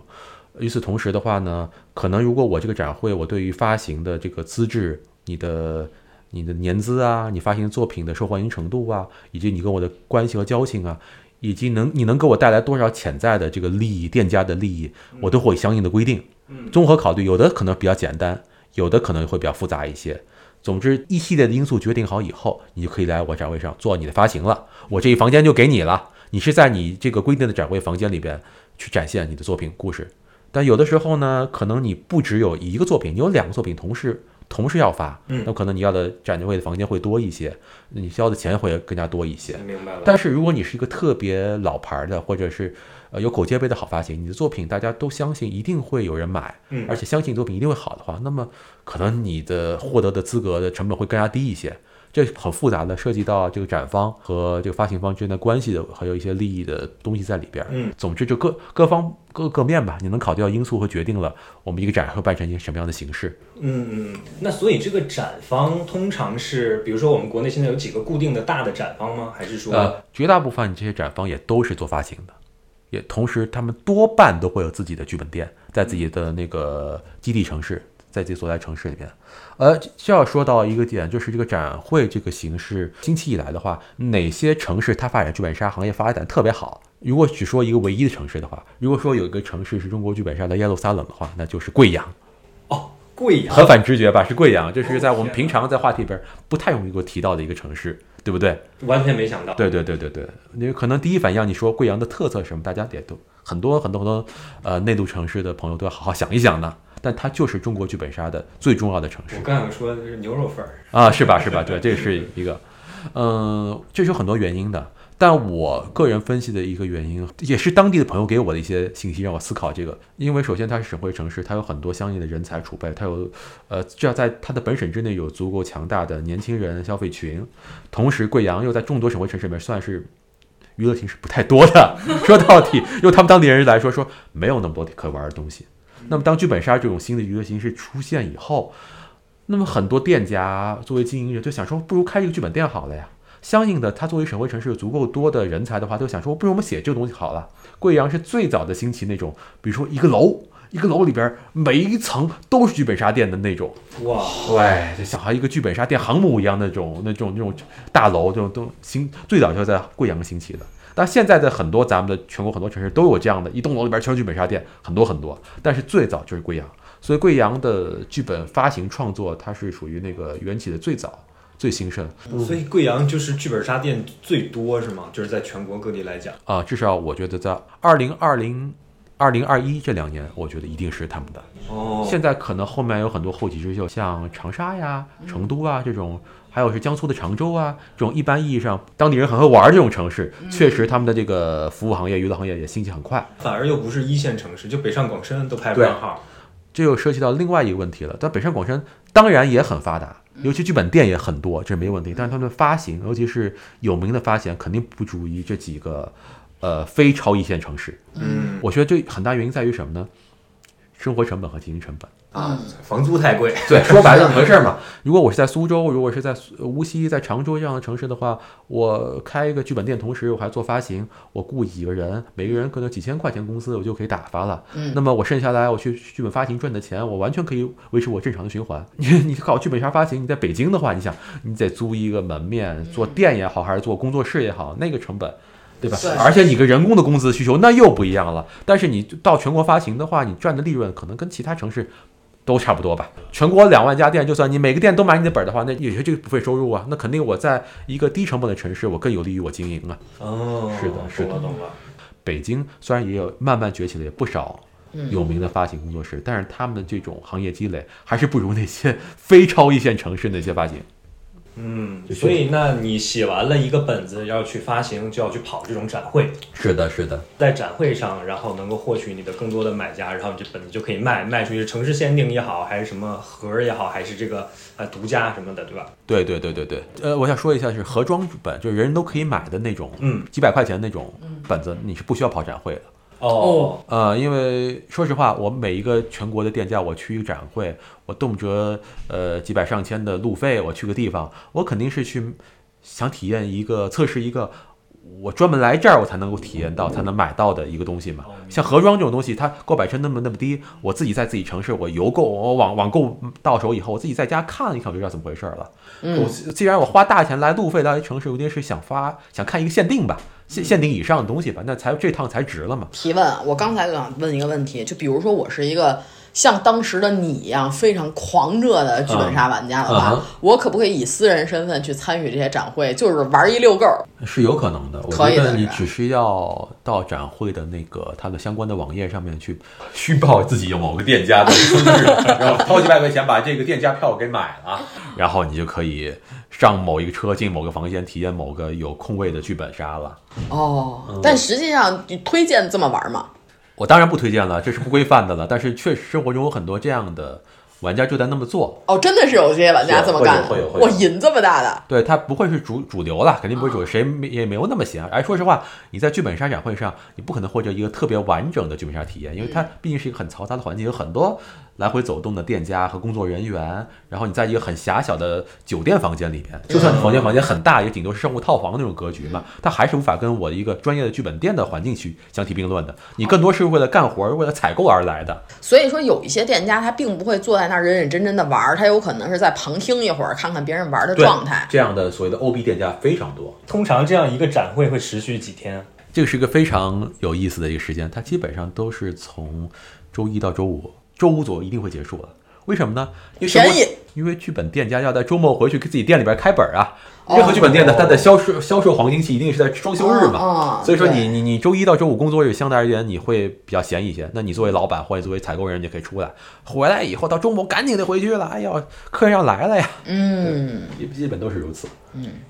Speaker 2: 与此同时的话呢，可能如果我这个展会，我对于发行的这个资质、你的、你的年资啊、你发行作品的受欢迎程度啊，以及你跟我的关系和交情啊，以及能你能给我带来多少潜在的这个利益、店家的利益，我都会有相应的规定。综合考虑，有的可能比较简单，有的可能会比较复杂一些。总之，一系列的因素决定好以后，你就可以来我展位上做你的发行了。我这一房间就给你了，你是在你这个规定的展位房间里边去展现你的作品故事。但有的时候呢，可能你不只有一个作品，你有两个作品同时同时要发，那可能你要的展位的房间会多一些，你需要的钱会更加多一些。
Speaker 1: 明白了。
Speaker 2: 但是如果你是一个特别老牌儿的，或者是呃有口皆碑的好发行，你的作品大家都相信一定会有人买，
Speaker 1: 嗯
Speaker 2: 而且相信作品一定会好的话，那么可能你的获得的资格的成本会更加低一些。这很复杂的，涉及到这个展方和这个发行方之间的关系的，还有一些利益的东西在里边儿。
Speaker 1: 嗯
Speaker 2: 总之就各各方各各面吧，你能考虑到因素和决定了我们一个展会办成一个什么样的形式。
Speaker 1: 嗯，嗯，那所以这个展方通常是，比如说我们国内现在有几个固定的大的展方吗？还是说，
Speaker 2: 呃，绝大部分这些展方也都是做发行的，也同时他们多半都会有自己的剧本店，在自己的那个基地城市，在自己所在城市里面。呃，这要说到一个点，就是这个展会这个形式，兴起以来的话，哪些城市它发展剧本杀行业发展特别好？如果只说一个唯一的城市的话，如果说有一个城市是中国剧本杀的耶路撒冷的话，那就是贵阳。
Speaker 1: 哦，贵阳
Speaker 2: 很反直觉吧？是贵阳，这是在我们平常在话题里边不太容易给我提到的一个城市，对不对？
Speaker 1: 完全没想到。
Speaker 2: 对对对对对，你可能第一反应你说贵阳的特色是什么，大家也都很多很多很多呃内陆城市的朋友都要好好想一想呢。但它就是中国剧本杀的最重要的城市
Speaker 1: 我刚想说的是牛肉粉儿，
Speaker 2: 啊，是吧？是吧？对，这是一个，嗯，这是有很多原因的。但我个人分析的一个原因，也是当地的朋友给我的一些信息，让我思考这个。因为首先它是省会城市，它有很多相应的人才储备，它有呃，这要在它的本省之内有足够强大的年轻人消费群。同时，贵阳又在众多省会城市里面算是娱乐性是不太多的。 说到底，用他们当地人来说，说没有那么多可玩的东西。那么，当剧本杀这种新的娱乐形式出现以后，那么很多店家作为经营者就想说，不如开一个剧本店好了呀。相应的，它作为省会城市有足够多的人才的话，就想说，不如我们写这个东西好了。贵阳是最早的兴起那种，比如说一个楼，一个楼里边每一层都是剧本杀店的那种，
Speaker 1: 哇，
Speaker 2: 对，就想好一个剧本杀店航母一样那种那种那种大楼，这种都兴最早就是在贵阳兴起的。但现在在很多咱们的全国很多城市都有这样的一栋楼里边全是剧本杀店，很多很多。但是最早就是贵阳，所以贵阳的剧本发行创作它是属于那个缘起的最早、最兴盛
Speaker 1: 所以贵阳就是剧本杀店最多是吗？就是在全国各地来讲，
Speaker 2: 啊、至少我觉得在二零二零、二零二一这两年，我觉得一定是他们的。
Speaker 1: 哦，
Speaker 2: 现在可能后面有很多后起之秀，像长沙呀、成都啊这种，还有是江苏的常州啊这种，一般意义上当地人很会玩儿这种城市，确实他们的这个服务行业、娱乐行业也兴起很快。
Speaker 1: 反而又不是一线城市，就北上广深都排不上号。
Speaker 2: 这又涉及到另外一个问题了。但北上广深当然也很发达，尤其剧本店也很多，这是没问题。但是他们的发行，尤其是有名的发行，肯定不足于这几个呃非超一线城市。
Speaker 1: 嗯
Speaker 2: 我觉得这很大原因在于什么呢？生活成本和经营成本。
Speaker 1: 啊，房租太贵，
Speaker 2: 对，说白了这么回事儿嘛。如果我是在苏州，如果是在苏无锡、在常州这样的城市的话，我开一个剧本店，同时我还做发行，我雇几个人，每个人可能几千块钱工资，我就可以打发了。
Speaker 3: 嗯
Speaker 2: 那么我剩下来，我去剧本发行赚的钱，我完全可以维持我正常的循环。 你你搞剧本杀发行，你在北京的话，你想你得租一个门面，做店也好，还是做工作室也好，那个成本。对吧
Speaker 3: 对？
Speaker 2: 而且你个人工的工资需求那又不一样了。但是你到全国发行的话，你赚的利润可能跟其他城市都差不多吧。全国两万家店，就算你每个店都买你的本儿的话，那也是这个不费收入啊。那肯定我在一个低成本的城市，我更有利于我经营啊。
Speaker 1: 哦，
Speaker 2: 是的是的
Speaker 1: 懂了懂了。
Speaker 2: 北京虽然也有慢慢崛起了，也不少
Speaker 3: 嗯
Speaker 2: 有名的发行工作室，但是他们的这种行业积累还是不如那些 非超一线城市那些发行。
Speaker 1: 嗯，所以那你写完了一个本子要去发行，就要去跑这种展会，
Speaker 2: 是的，是的，
Speaker 1: 在展会上，然后能够获取你的更多的买家，然后你这本子就可以卖卖出去，城市限定也好，还是什么盒儿也好，还是这个呃独家什么的，对吧？
Speaker 2: 对对对对对。呃，我想说一下是盒装本，就是人人都可以买的那种，
Speaker 1: 嗯，
Speaker 2: 几百块钱那种本子，你是不需要跑展会的。
Speaker 1: 哦，
Speaker 2: 呃，因为说实话，我每一个全国的店家，我去一个展会，我动辄呃几百上千的路费，我去个地方，我肯定是去想体验一个测试一个我专门来这儿我才能够体验到才能买到的一个东西嘛。像盒装这种东西，它购买成那么那么低，我自己在自己城市我邮购，我网网购到手以后，我自己在家看一看我就知道怎么回事儿了。
Speaker 3: 嗯
Speaker 2: 我既然我花大钱来路费来城市，我一定是想发想看一个限定吧，限限定以上的东西吧，那才这趟才值了嘛。
Speaker 3: 提问啊，我刚才就想问一个问题，就比如说我是一个像当时的你一样非常狂热的剧本杀玩家的话，
Speaker 2: 嗯嗯
Speaker 3: 我可不可以以私人身份去参与这些展会，就是玩一遛够儿？
Speaker 2: 是有可能的，我
Speaker 3: 可以
Speaker 2: 觉
Speaker 3: 的
Speaker 2: 得你
Speaker 3: 是吧
Speaker 2: 只是要到展会的那个它的相关的网页上面去虚报自己有某个店家的资质， 然后掏几百块钱把这个店家票给买了，然后你就可以上某一个车进某个房间体验某个有空位的剧本杀了。嗯
Speaker 3: 哦，但实际上你推荐这么玩吗？
Speaker 2: 我当然不推荐了，这是不规范的了，但是确实生活中有很多这样的玩家就在那么做。
Speaker 3: 哦，真的是有这些玩家
Speaker 2: 是啊
Speaker 3: 这么干的
Speaker 2: 会有会有，会有
Speaker 3: 我瘾这么大的，
Speaker 2: 对，它不会是主主流啦，肯定不会主流，谁没也没有那么闲。而说实话，你在剧本杀展会上，你不可能获得一个特别完整的剧本杀体验，因为它毕竟是一个很嘈杂的环境，有很多来回走动的店家和工作人员。然后你在一个很狭小的酒店房间里面，就算你房间房间很大，也顶多是商务套房那种格局嘛，它还是无法跟我一个专业的剧本店的环境去相提并论的。你更多是为了干活儿、为了采购而来的。
Speaker 3: 所以说有一些店家他并不会坐在那儿认认真真的玩儿，他有可能是在旁听一会儿，看看别人玩儿的状态。
Speaker 2: 这样的所谓的 OB 店家非常多。
Speaker 1: 通常这样一个展会会持续几天？啊
Speaker 2: 这个是一个非常有意思的一个时间，它基本上都是从周一到周五，周五左右一定会结束了。为什么呢？因为周末
Speaker 3: 便宜，
Speaker 2: 因为剧本店家要在周末回去给自己店里边开本啊。
Speaker 3: 哦
Speaker 2: 任何剧本店的，它的销售销售黄金期一定是在双休日
Speaker 3: 哦
Speaker 2: 嘛
Speaker 3: 哦，
Speaker 2: 所以说你
Speaker 3: 对
Speaker 2: 你你周一到周五工作日相对而言你会比较闲一些。那你作为老板或者作为采购人，你可以出来，哎回来以后到周末赶紧得回去了。哎呦，客人要来了呀，
Speaker 3: 嗯，
Speaker 2: 基基本都是如此。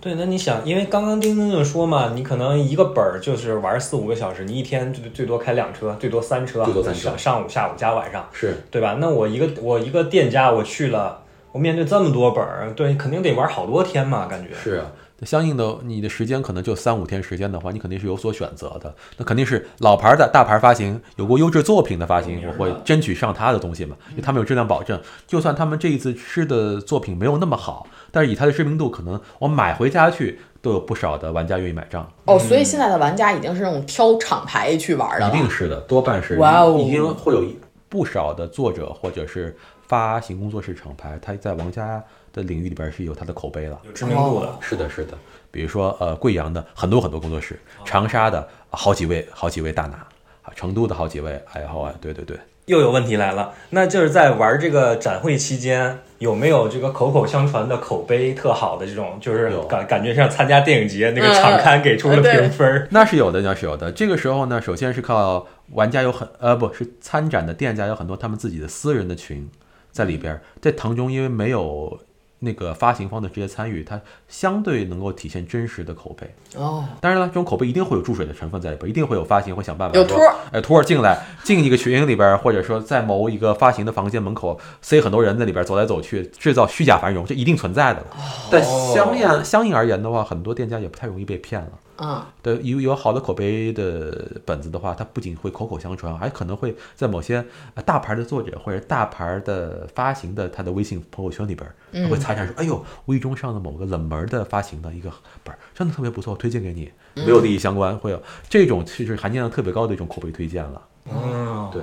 Speaker 1: 对，那你想，因为刚刚丁丁就说嘛，你可能一个本儿就是玩四五个小时，你一天最最多开两车，最多三车啊，
Speaker 2: 最多三车
Speaker 1: 上上午、下午加晚上，
Speaker 2: 是
Speaker 1: 对吧？那我一个我一个店家，我去了，我面对这么多本儿，对，肯定得玩好多天嘛，感觉
Speaker 2: 是啊，那相应的你的时间可能就三五天时间的话，你肯定是有所选择的。那肯定是老牌的大牌发行，有过优质作品的发行，我会争取上它的东西嘛，
Speaker 3: 嗯
Speaker 2: 因为他们有质量保证。就算他们这一次吃的作品没有那么好，但是以它的知名度，可能我买回家去。都有不少的玩家愿意买账，
Speaker 3: 哦，所以现在的玩家已经是那种挑厂牌去玩的
Speaker 2: 嗯一定
Speaker 3: 了。
Speaker 2: 是的，多半是
Speaker 3: 哇哦
Speaker 2: 已经会有不少的作者或者是发行工作室厂牌，它在玩家的领域里边是有它的口碑了。
Speaker 1: 有知名度了。
Speaker 2: 是的，是的，比如说呃，贵阳的很多很多工作室，长沙的好几位好几位大拿，啊，成都的好几位，哎后啊，对对对，
Speaker 1: 又有问题来了，那就是在玩这个展会期间，有没有这个口口相传的口碑特好的这种，就是
Speaker 2: 有
Speaker 1: 感感觉像参加电影节那个
Speaker 3: 嗯
Speaker 1: 场刊给出了
Speaker 3: 嗯对
Speaker 1: 评分儿，
Speaker 2: 那是有的，那是有的。这个时候呢，首先是靠玩家有很呃，不是参展的店家有很多他们自己的私人的群在里边儿，在腾中因为没有那个发行方的直接参与，它相对能够体现真实的口碑。
Speaker 3: 哦，
Speaker 2: 当然了，这种口碑一定会有注水的成分在里边，一定会有发行会想办法
Speaker 3: 有
Speaker 2: 说
Speaker 3: 托儿，
Speaker 2: 哎，托儿进来进一个群里边，或者说在某一个发行的房间门口塞很多人在里边走来走去，制造虚假繁荣，这一定存在的。但相应相应而言的话，很多店家也不太容易被骗了。
Speaker 3: 嗯，
Speaker 2: 对，有有好的口碑的本子的话，它不仅会口口相传，还可能会在某些呃大牌的作者或者大牌的发行的他的微信朋友圈里边儿，他会参展说：“哎呦，无意中上了某个冷门的发行的一个本儿，真的特别不错，推荐给你。”没有利益相关，会有这种其实含金量特别高的一种口碑推荐了。
Speaker 1: 嗯，
Speaker 2: 对，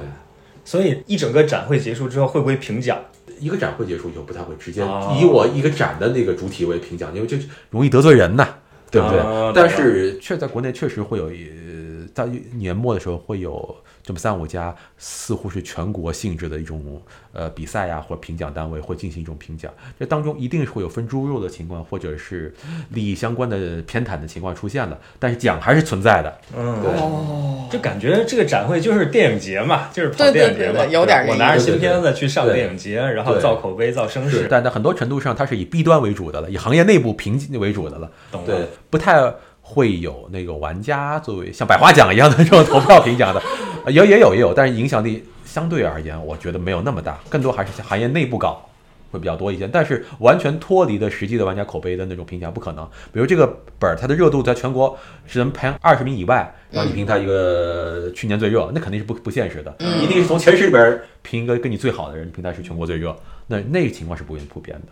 Speaker 1: 所以一整个展会结束之后，会不会评奖？
Speaker 2: 一个展会结束以后，不太会直接
Speaker 1: 哦
Speaker 2: 以我一个展的那个主体为评奖，因为这容易得罪人呐，对不对？
Speaker 1: 哦
Speaker 2: 但是确在国内确实会有，呃在年末的时候会有这么三五家，似乎是全国性质的一种呃比赛呀、或者评奖单位会进行一种呃评奖，这当中一定是会有分猪肉的情况，或者是利益相关的偏袒的情况出现的，但是奖还是存在的。
Speaker 1: 嗯，
Speaker 2: 对
Speaker 1: 就感觉这个展会就是电影节嘛，就是跑
Speaker 3: 对对
Speaker 1: 电影节嘛，
Speaker 3: 对对有点
Speaker 1: 对我
Speaker 3: 这
Speaker 1: 拿
Speaker 3: 意
Speaker 1: 着
Speaker 2: 思
Speaker 1: 新片子去上
Speaker 2: 对
Speaker 1: 电影节，然后
Speaker 2: 对
Speaker 1: 造口碑、造声势。
Speaker 2: 但在很多程度上，它是以弊端为主的了，以行业内部评级为主的了。
Speaker 1: 懂了
Speaker 2: 对，不太会有那个玩家作为像百花奖一样的这种投票评奖的， 呃也也有也有，但是影响力相对而言，我觉得没有那么大，更多还是行业内部搞会比较多一些。但是完全脱离的实际的玩家口碑的那种评价不可能。比如这个本儿，它的热度在全国只能排二十名以外，然后你评它一个去年最热，那肯定是不不现实的，一定是从前十里边儿评一个跟你最好的人，评他是全国最热，那那个情况是不普遍的。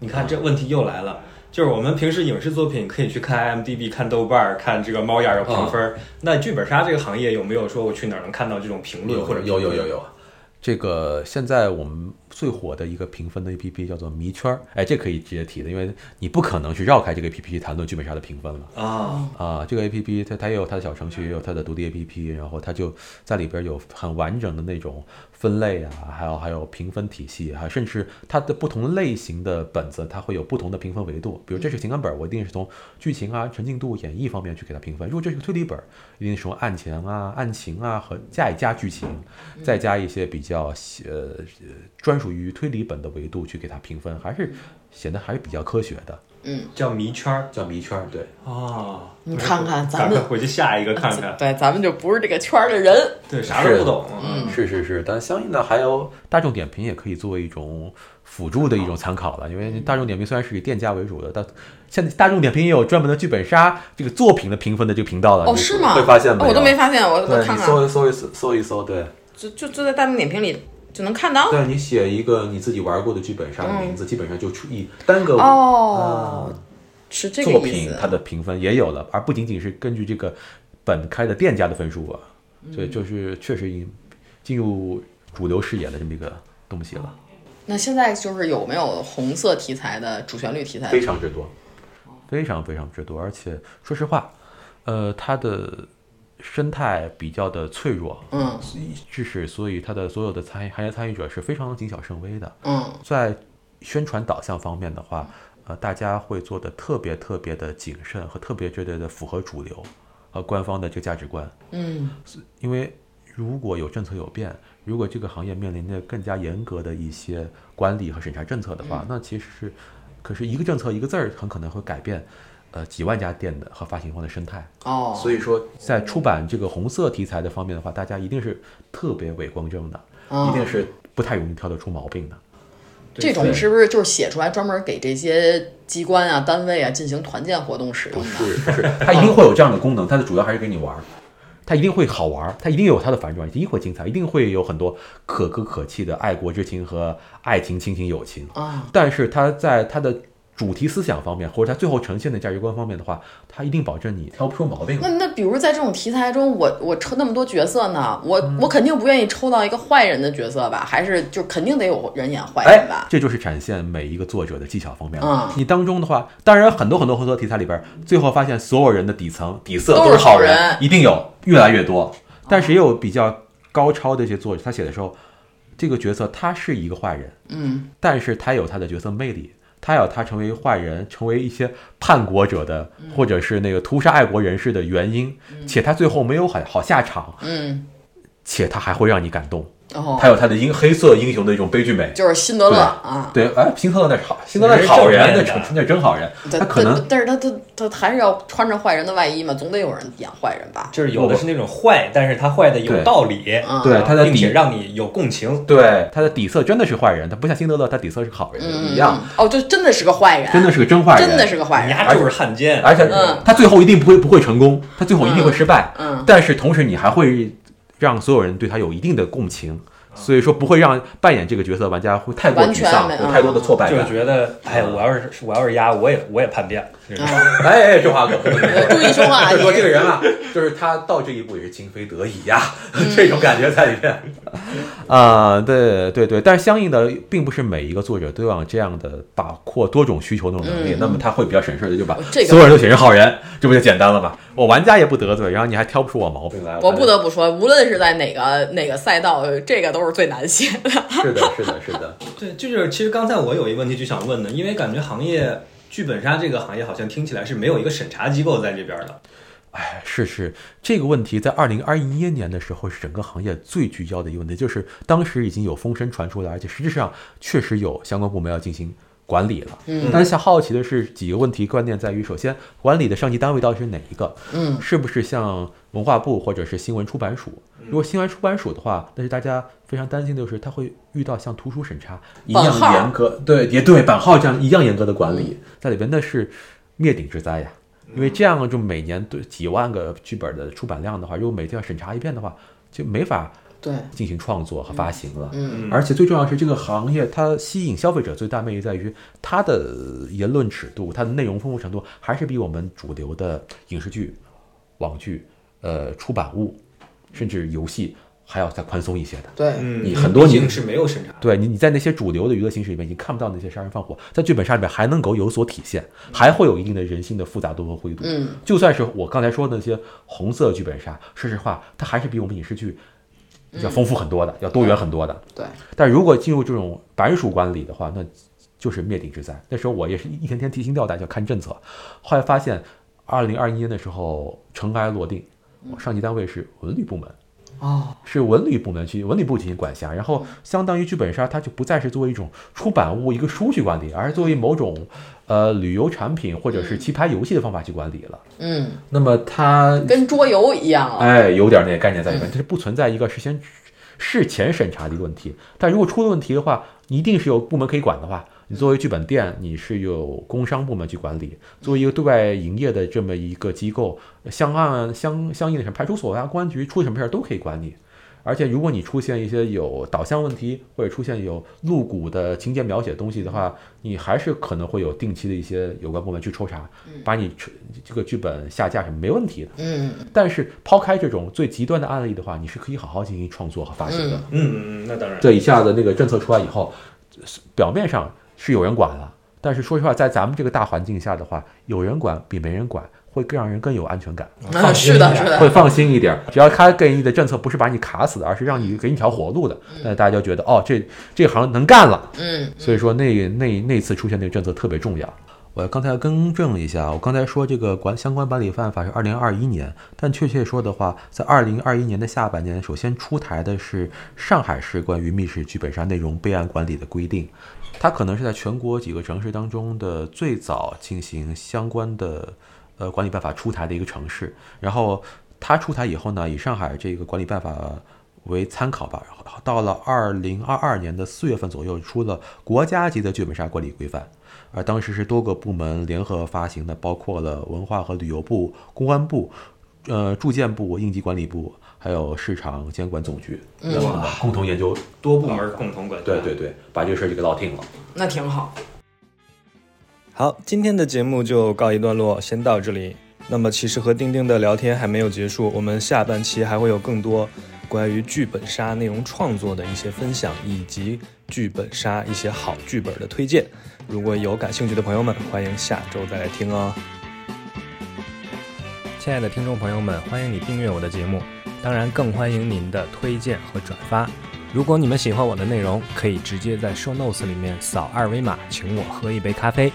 Speaker 1: 你看这问题又来了，就是我们平时影视作品可以去看 IMDB、看豆瓣儿、看这个猫眼儿有评分
Speaker 2: 啊
Speaker 1: 儿。那剧本杀这个行业有没有说我去哪儿能看到这种评论或者
Speaker 2: 有有有
Speaker 1: 有？
Speaker 2: 有，这个现在我们最火的一个评分的 A P P 叫做迷圈儿，哎，这可以直接提的，因为你不可能去绕开这个 A P P 去谈论剧本杀的评分了
Speaker 1: 啊，
Speaker 2: 啊。这个 A P P 它它也有它的小程序，也有它的独立 A P P，然后它就在里边有很完整的那种分类啊，还有还有评分体系，还有甚至它的不同类型的本子，它会有不同的评分维度。比如这是情感本儿，我一定是从剧情啊、沉浸度、演绎方面去给它评分；如果这是个推理本儿，一定是从案前啊、案情啊和加以加剧情，再加一些比较呃专属于推理本的维度去给它评分，还是显得还是比较科学的，
Speaker 1: 叫迷圈儿
Speaker 2: 叫迷圈儿。对，
Speaker 1: 啊。
Speaker 3: 你看看咱
Speaker 1: 赶快
Speaker 3: 们
Speaker 1: 回去下一个看 看，
Speaker 3: 对，咱们就不是这个圈儿的人。
Speaker 1: 对，啥都不懂。
Speaker 3: 嗯
Speaker 2: 啊是是是，但相应的还有大众点评也可以作为一种辅助的一种参考了，因
Speaker 3: 嗯
Speaker 2: 为大众点评虽然是以店家为主的，但现在大众点评也有专门的剧本杀这个作品的评分的这个频道了。
Speaker 3: 哦，
Speaker 2: 啊你
Speaker 3: 是吗？
Speaker 2: 会发现
Speaker 3: 哦我都没发现，我
Speaker 2: 对，
Speaker 3: 我看哦
Speaker 2: 你
Speaker 3: 看，
Speaker 2: 搜一搜一搜搜一搜，对，
Speaker 3: 就就就在大众点评里就能看到。
Speaker 2: 对你写一个你自己玩过的剧本杀的名字，基本上就出一单个
Speaker 3: 嗯哦，是这个
Speaker 2: 啊作
Speaker 3: 意
Speaker 2: 品
Speaker 3: 思。
Speaker 2: 它的评分也有了，而不仅仅是根据这个本开的店家的分数啊，
Speaker 3: 嗯
Speaker 2: 所以就是确实已经进入主流视野的这么一个东西了，
Speaker 3: 那现在就是有没有红色题材的主旋律题材的
Speaker 2: 非？常之多，非常非常之多，而且说实话，呃，它的生态比较的脆弱，
Speaker 3: 嗯
Speaker 2: 致使所以它的所有的参行业参与者是非常谨小慎微的，
Speaker 3: 嗯，
Speaker 2: 在宣传导向方面的话，呃，大家会做的特别特别的谨慎和特别特别的符合主流和官方的这个价值观。
Speaker 3: 嗯，
Speaker 2: 因为如果有政策有变，如果这个行业面临着更加严格的一些管理和审查政策的话，那其实是，可是一个政策一个字儿很可能会改变，呃，几万家店的和发行方的生态。
Speaker 3: 哦，
Speaker 2: 所以说，在出版这个红色题材的方面的话，大家一定是特别伪光正的，
Speaker 3: 嗯
Speaker 2: 一定是不太容易挑得出毛病的。
Speaker 3: 这种是不是就是写出来专门给这些机关啊、单位啊进行团建活动使用的？
Speaker 2: 是是，它一定会有这样的功能，它的主要还是给你玩儿，它一定会好玩儿，它一定有它的反转，一定会精彩，一定会有很多可歌可泣的爱国之情和爱情、亲情、友情。
Speaker 3: 啊，
Speaker 2: 但是它在它的主题思想方面，或者它最后呈现的价值观方面的话，它一定保证你挑不出毛病
Speaker 3: 那
Speaker 2: 来。
Speaker 3: 那比如在这种题材中，我我抽那么多角色呢，我、
Speaker 2: 嗯
Speaker 3: 我肯定不愿意抽到一个坏人的角色吧？还是就肯定得有人演坏
Speaker 2: 哎
Speaker 3: 人吧，？
Speaker 2: 这就是展现每一个作者的技巧方面了。
Speaker 3: 嗯
Speaker 2: 你当中的话，当然很多很多很多题材里边，最后发现所有人的底层底色
Speaker 3: 都是
Speaker 2: 是好
Speaker 3: 好人
Speaker 2: 一定有越来越多。但是也有比较高超的一些作者，他写的时候，这个角色他是一个坏人，
Speaker 3: 嗯，
Speaker 2: 但是他有他的角色魅力，他有他成为坏人、成为一些叛国者的，或者是那个屠杀爱国人士的原因，且他最后没有好好下场，
Speaker 3: 嗯，
Speaker 2: 且他还会让你感动，
Speaker 3: 然后
Speaker 2: 嗯他有他的英黑色英雄的一种悲剧美。
Speaker 3: 就是辛德勒啊，
Speaker 2: 对，哎，辛德勒那是好，辛德勒是好人，那纯那真好人，
Speaker 3: 但
Speaker 2: 他可能
Speaker 3: 但但是他他他还是要穿着坏人的外衣嘛，总得有人演坏人吧？
Speaker 1: 就是有的是那种坏，但是他坏的有道理，
Speaker 3: 嗯
Speaker 2: 对他的
Speaker 1: 并且
Speaker 2: 底。
Speaker 1: 让你有共情。
Speaker 2: 对他的底色真的是坏人，他不像辛德勒，他底色是个好人
Speaker 3: 嗯，
Speaker 2: 一样，
Speaker 3: 哦，就真的是个坏人，
Speaker 2: 真的是个真坏人，
Speaker 3: 真的是个坏
Speaker 1: 你
Speaker 3: 人，
Speaker 1: 丫就是汉奸，
Speaker 2: 而且
Speaker 3: 嗯
Speaker 2: 他最后一定不会不会成功，他最后一定会失败。
Speaker 3: 嗯
Speaker 2: 但是同时你还会让所有人对他有一定的共情，所以说不会让扮演这个角色的玩家会太过
Speaker 3: 完
Speaker 2: 沮
Speaker 3: 全
Speaker 2: 丧，
Speaker 3: 没
Speaker 2: 有太多的挫败
Speaker 1: 就是
Speaker 2: 感。
Speaker 1: 觉得，哎，我要是我要是丫，我也我也叛变。这种
Speaker 3: 嗯，
Speaker 2: 哎哎，这话可不能说。
Speaker 3: 注意说话，
Speaker 2: 所以
Speaker 3: 你
Speaker 2: 说这个人啊，就是他到这一步也是情非得已呀、这种感觉在里面。啊、对对对，但是相应的，并不是每一个作者都有这样的把握多种需求那种能力，
Speaker 3: 嗯
Speaker 2: 那么他会比较省事的就把
Speaker 3: 这个
Speaker 2: 所有人都写成好人，这不就简单了吗？我玩家也不得罪，然后你还挑不出我毛病来。
Speaker 3: 我
Speaker 2: 还
Speaker 3: 不得不说，无论是在哪个哪个赛道，这个都是最难写的。
Speaker 2: 哎是的，是的，是的，
Speaker 1: 对，就是其实刚才我有一个问题就想问的，因为感觉行业剧本杀这个行业好像听起来是没有一个审查机构在这边的。
Speaker 2: 哎，是是，这个问题在二零二一年的时候是整个行业最聚焦的一个问题，就是当时已经有风声传出来，而且实质上确实有相关部门要进行管理了。
Speaker 3: 嗯
Speaker 2: 但是想好奇的是几个问题，关键在于首先管理的上级单位到底是哪一个？
Speaker 3: 嗯，
Speaker 2: 是不是像文化部或者是新闻出版署？
Speaker 3: 嗯
Speaker 2: 如果新闻出版署的话，但是大家非常担心的就是它会遇到像图书审查一
Speaker 3: 版
Speaker 2: 样
Speaker 3: 号嗯
Speaker 2: 严格，对，也对版号这样一样严格的管理，在里边那是灭顶之灾呀。因为这样就每年对几万个剧本的出版量的话，如果每天要审查一遍的话，就没法
Speaker 3: 对，
Speaker 2: 进行创作和发行了。
Speaker 3: 嗯
Speaker 2: 而且最重要的是，这个行业它吸引消费者最大魅力在于它的言论尺度、它的内容丰富程度，还是比我们主流的影视剧、网剧、呃出版物，甚至游戏还要再宽松一些的。
Speaker 3: 对，
Speaker 1: 嗯
Speaker 2: 你很多
Speaker 1: 已
Speaker 2: 你
Speaker 1: 经是没有审查。
Speaker 2: 对你，你在那些主流的娱乐形式里面，你看不到那些杀人放火，在剧本杀里面还能够有所体现，还会有一定的人性的复杂度和灰度。
Speaker 3: 嗯，
Speaker 2: 就算是我刚才说的那些红色剧本杀，说实话，它还是比我们影视剧
Speaker 3: 嗯
Speaker 2: 要丰富很多的，要多元很多的。
Speaker 3: 对，
Speaker 2: 但如果进入这种版属管理的话，那就是灭顶之灾。那时候我也是一天天提心吊胆，要看政策。后来发现，二零二一年的时候尘埃落定，我上级单位是文旅部门。
Speaker 3: 哦，
Speaker 2: 是文旅部门去文旅部进行管辖，然后相当于剧本杀，它就不再是作为一种出版物、一个书去管理，而是作为某种呃旅游产品或者是棋牌游戏的方法去管理了。
Speaker 3: 嗯，
Speaker 2: 那么它
Speaker 3: 跟桌游一样啊了。
Speaker 2: 哎，有点那个概念在里面，就是不存在一个事先事前审查的一个问题。但如果出了问题的话，你一定是有部门可以管的话，你作为剧本店，你是有工商部门去管理；作为一个对外营业的这么一个机构，相按相相应的什么派出所啊、公安局出什么事儿都可以管理。而且，如果你出现一些有导向问题，或者出现有露骨的情节描写的东西的话，你还是可能会有定期的一些有关部门去抽查，把你这这个剧本下架是没问题的。
Speaker 3: 嗯，
Speaker 2: 但是抛开这种最极端的案例的话，你是可以好好进行创作和发行的。
Speaker 1: 嗯嗯，那当然。
Speaker 2: 这一下子那个政策出来以后，表面上是有人管了，但是说实话，在咱们这个大环境下的话，有人管比没人管会更让人更有安全感，
Speaker 3: 嗯是的，是
Speaker 2: 啊会
Speaker 3: 的，
Speaker 2: 放心一点。只要他给你的政策不是把你卡死的，而是让你给你条活路的，那大家就觉得哦，这这行能干了。
Speaker 3: 嗯，
Speaker 2: 所以说那那那次出现那个政策特别重要。我刚才要更正一下，我刚才说这个管相关管理办法是二零二一年，但确切说的话，在二零二一年的下半年，首先出台的是上海市关于密室剧本杀内容备案管理的规定，它可能是在全国几个城市当中的最早进行相关的呃管理办法出台的一个城市。然后它出台以后呢，以上海这个管理办法为参考吧。然后到了二零二二年的四月份左右，出了国家级的剧本杀管理规范，而当时是多个部门联合发行的，包括了文化和旅游部、公安部、呃住建部、应急管理部，还有市场监管总局，
Speaker 3: 嗯
Speaker 2: 那么共同研究。
Speaker 1: 多部门共同管辖。啊
Speaker 2: 对对对，把这个事儿就给闹定了。
Speaker 3: 那挺好。
Speaker 1: 好，今天的节目就告一段落，先到这里。那么，其实和丁丁的聊天还没有结束，我们下半期还会有更多关于剧本杀内容创作的一些分享，以及剧本杀一些好剧本的推荐。如果有感兴趣的朋友们，欢迎下周再来听哦。亲爱的听众朋友们，欢迎你订阅我的节目，当然更欢迎您的推荐和转发。如果你们喜欢我的内容，可以直接在 Show Notes 里面扫二维码，请我喝一杯咖啡，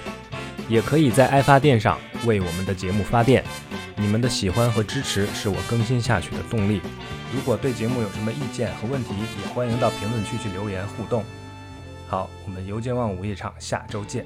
Speaker 1: 也可以在爱发电上为我们的节目发电。你们的喜欢和支持是我更新下去的动力。如果对节目有什么意见和问题，也欢迎到评论区去留言互动。好，我们邮件望午夜场下周见，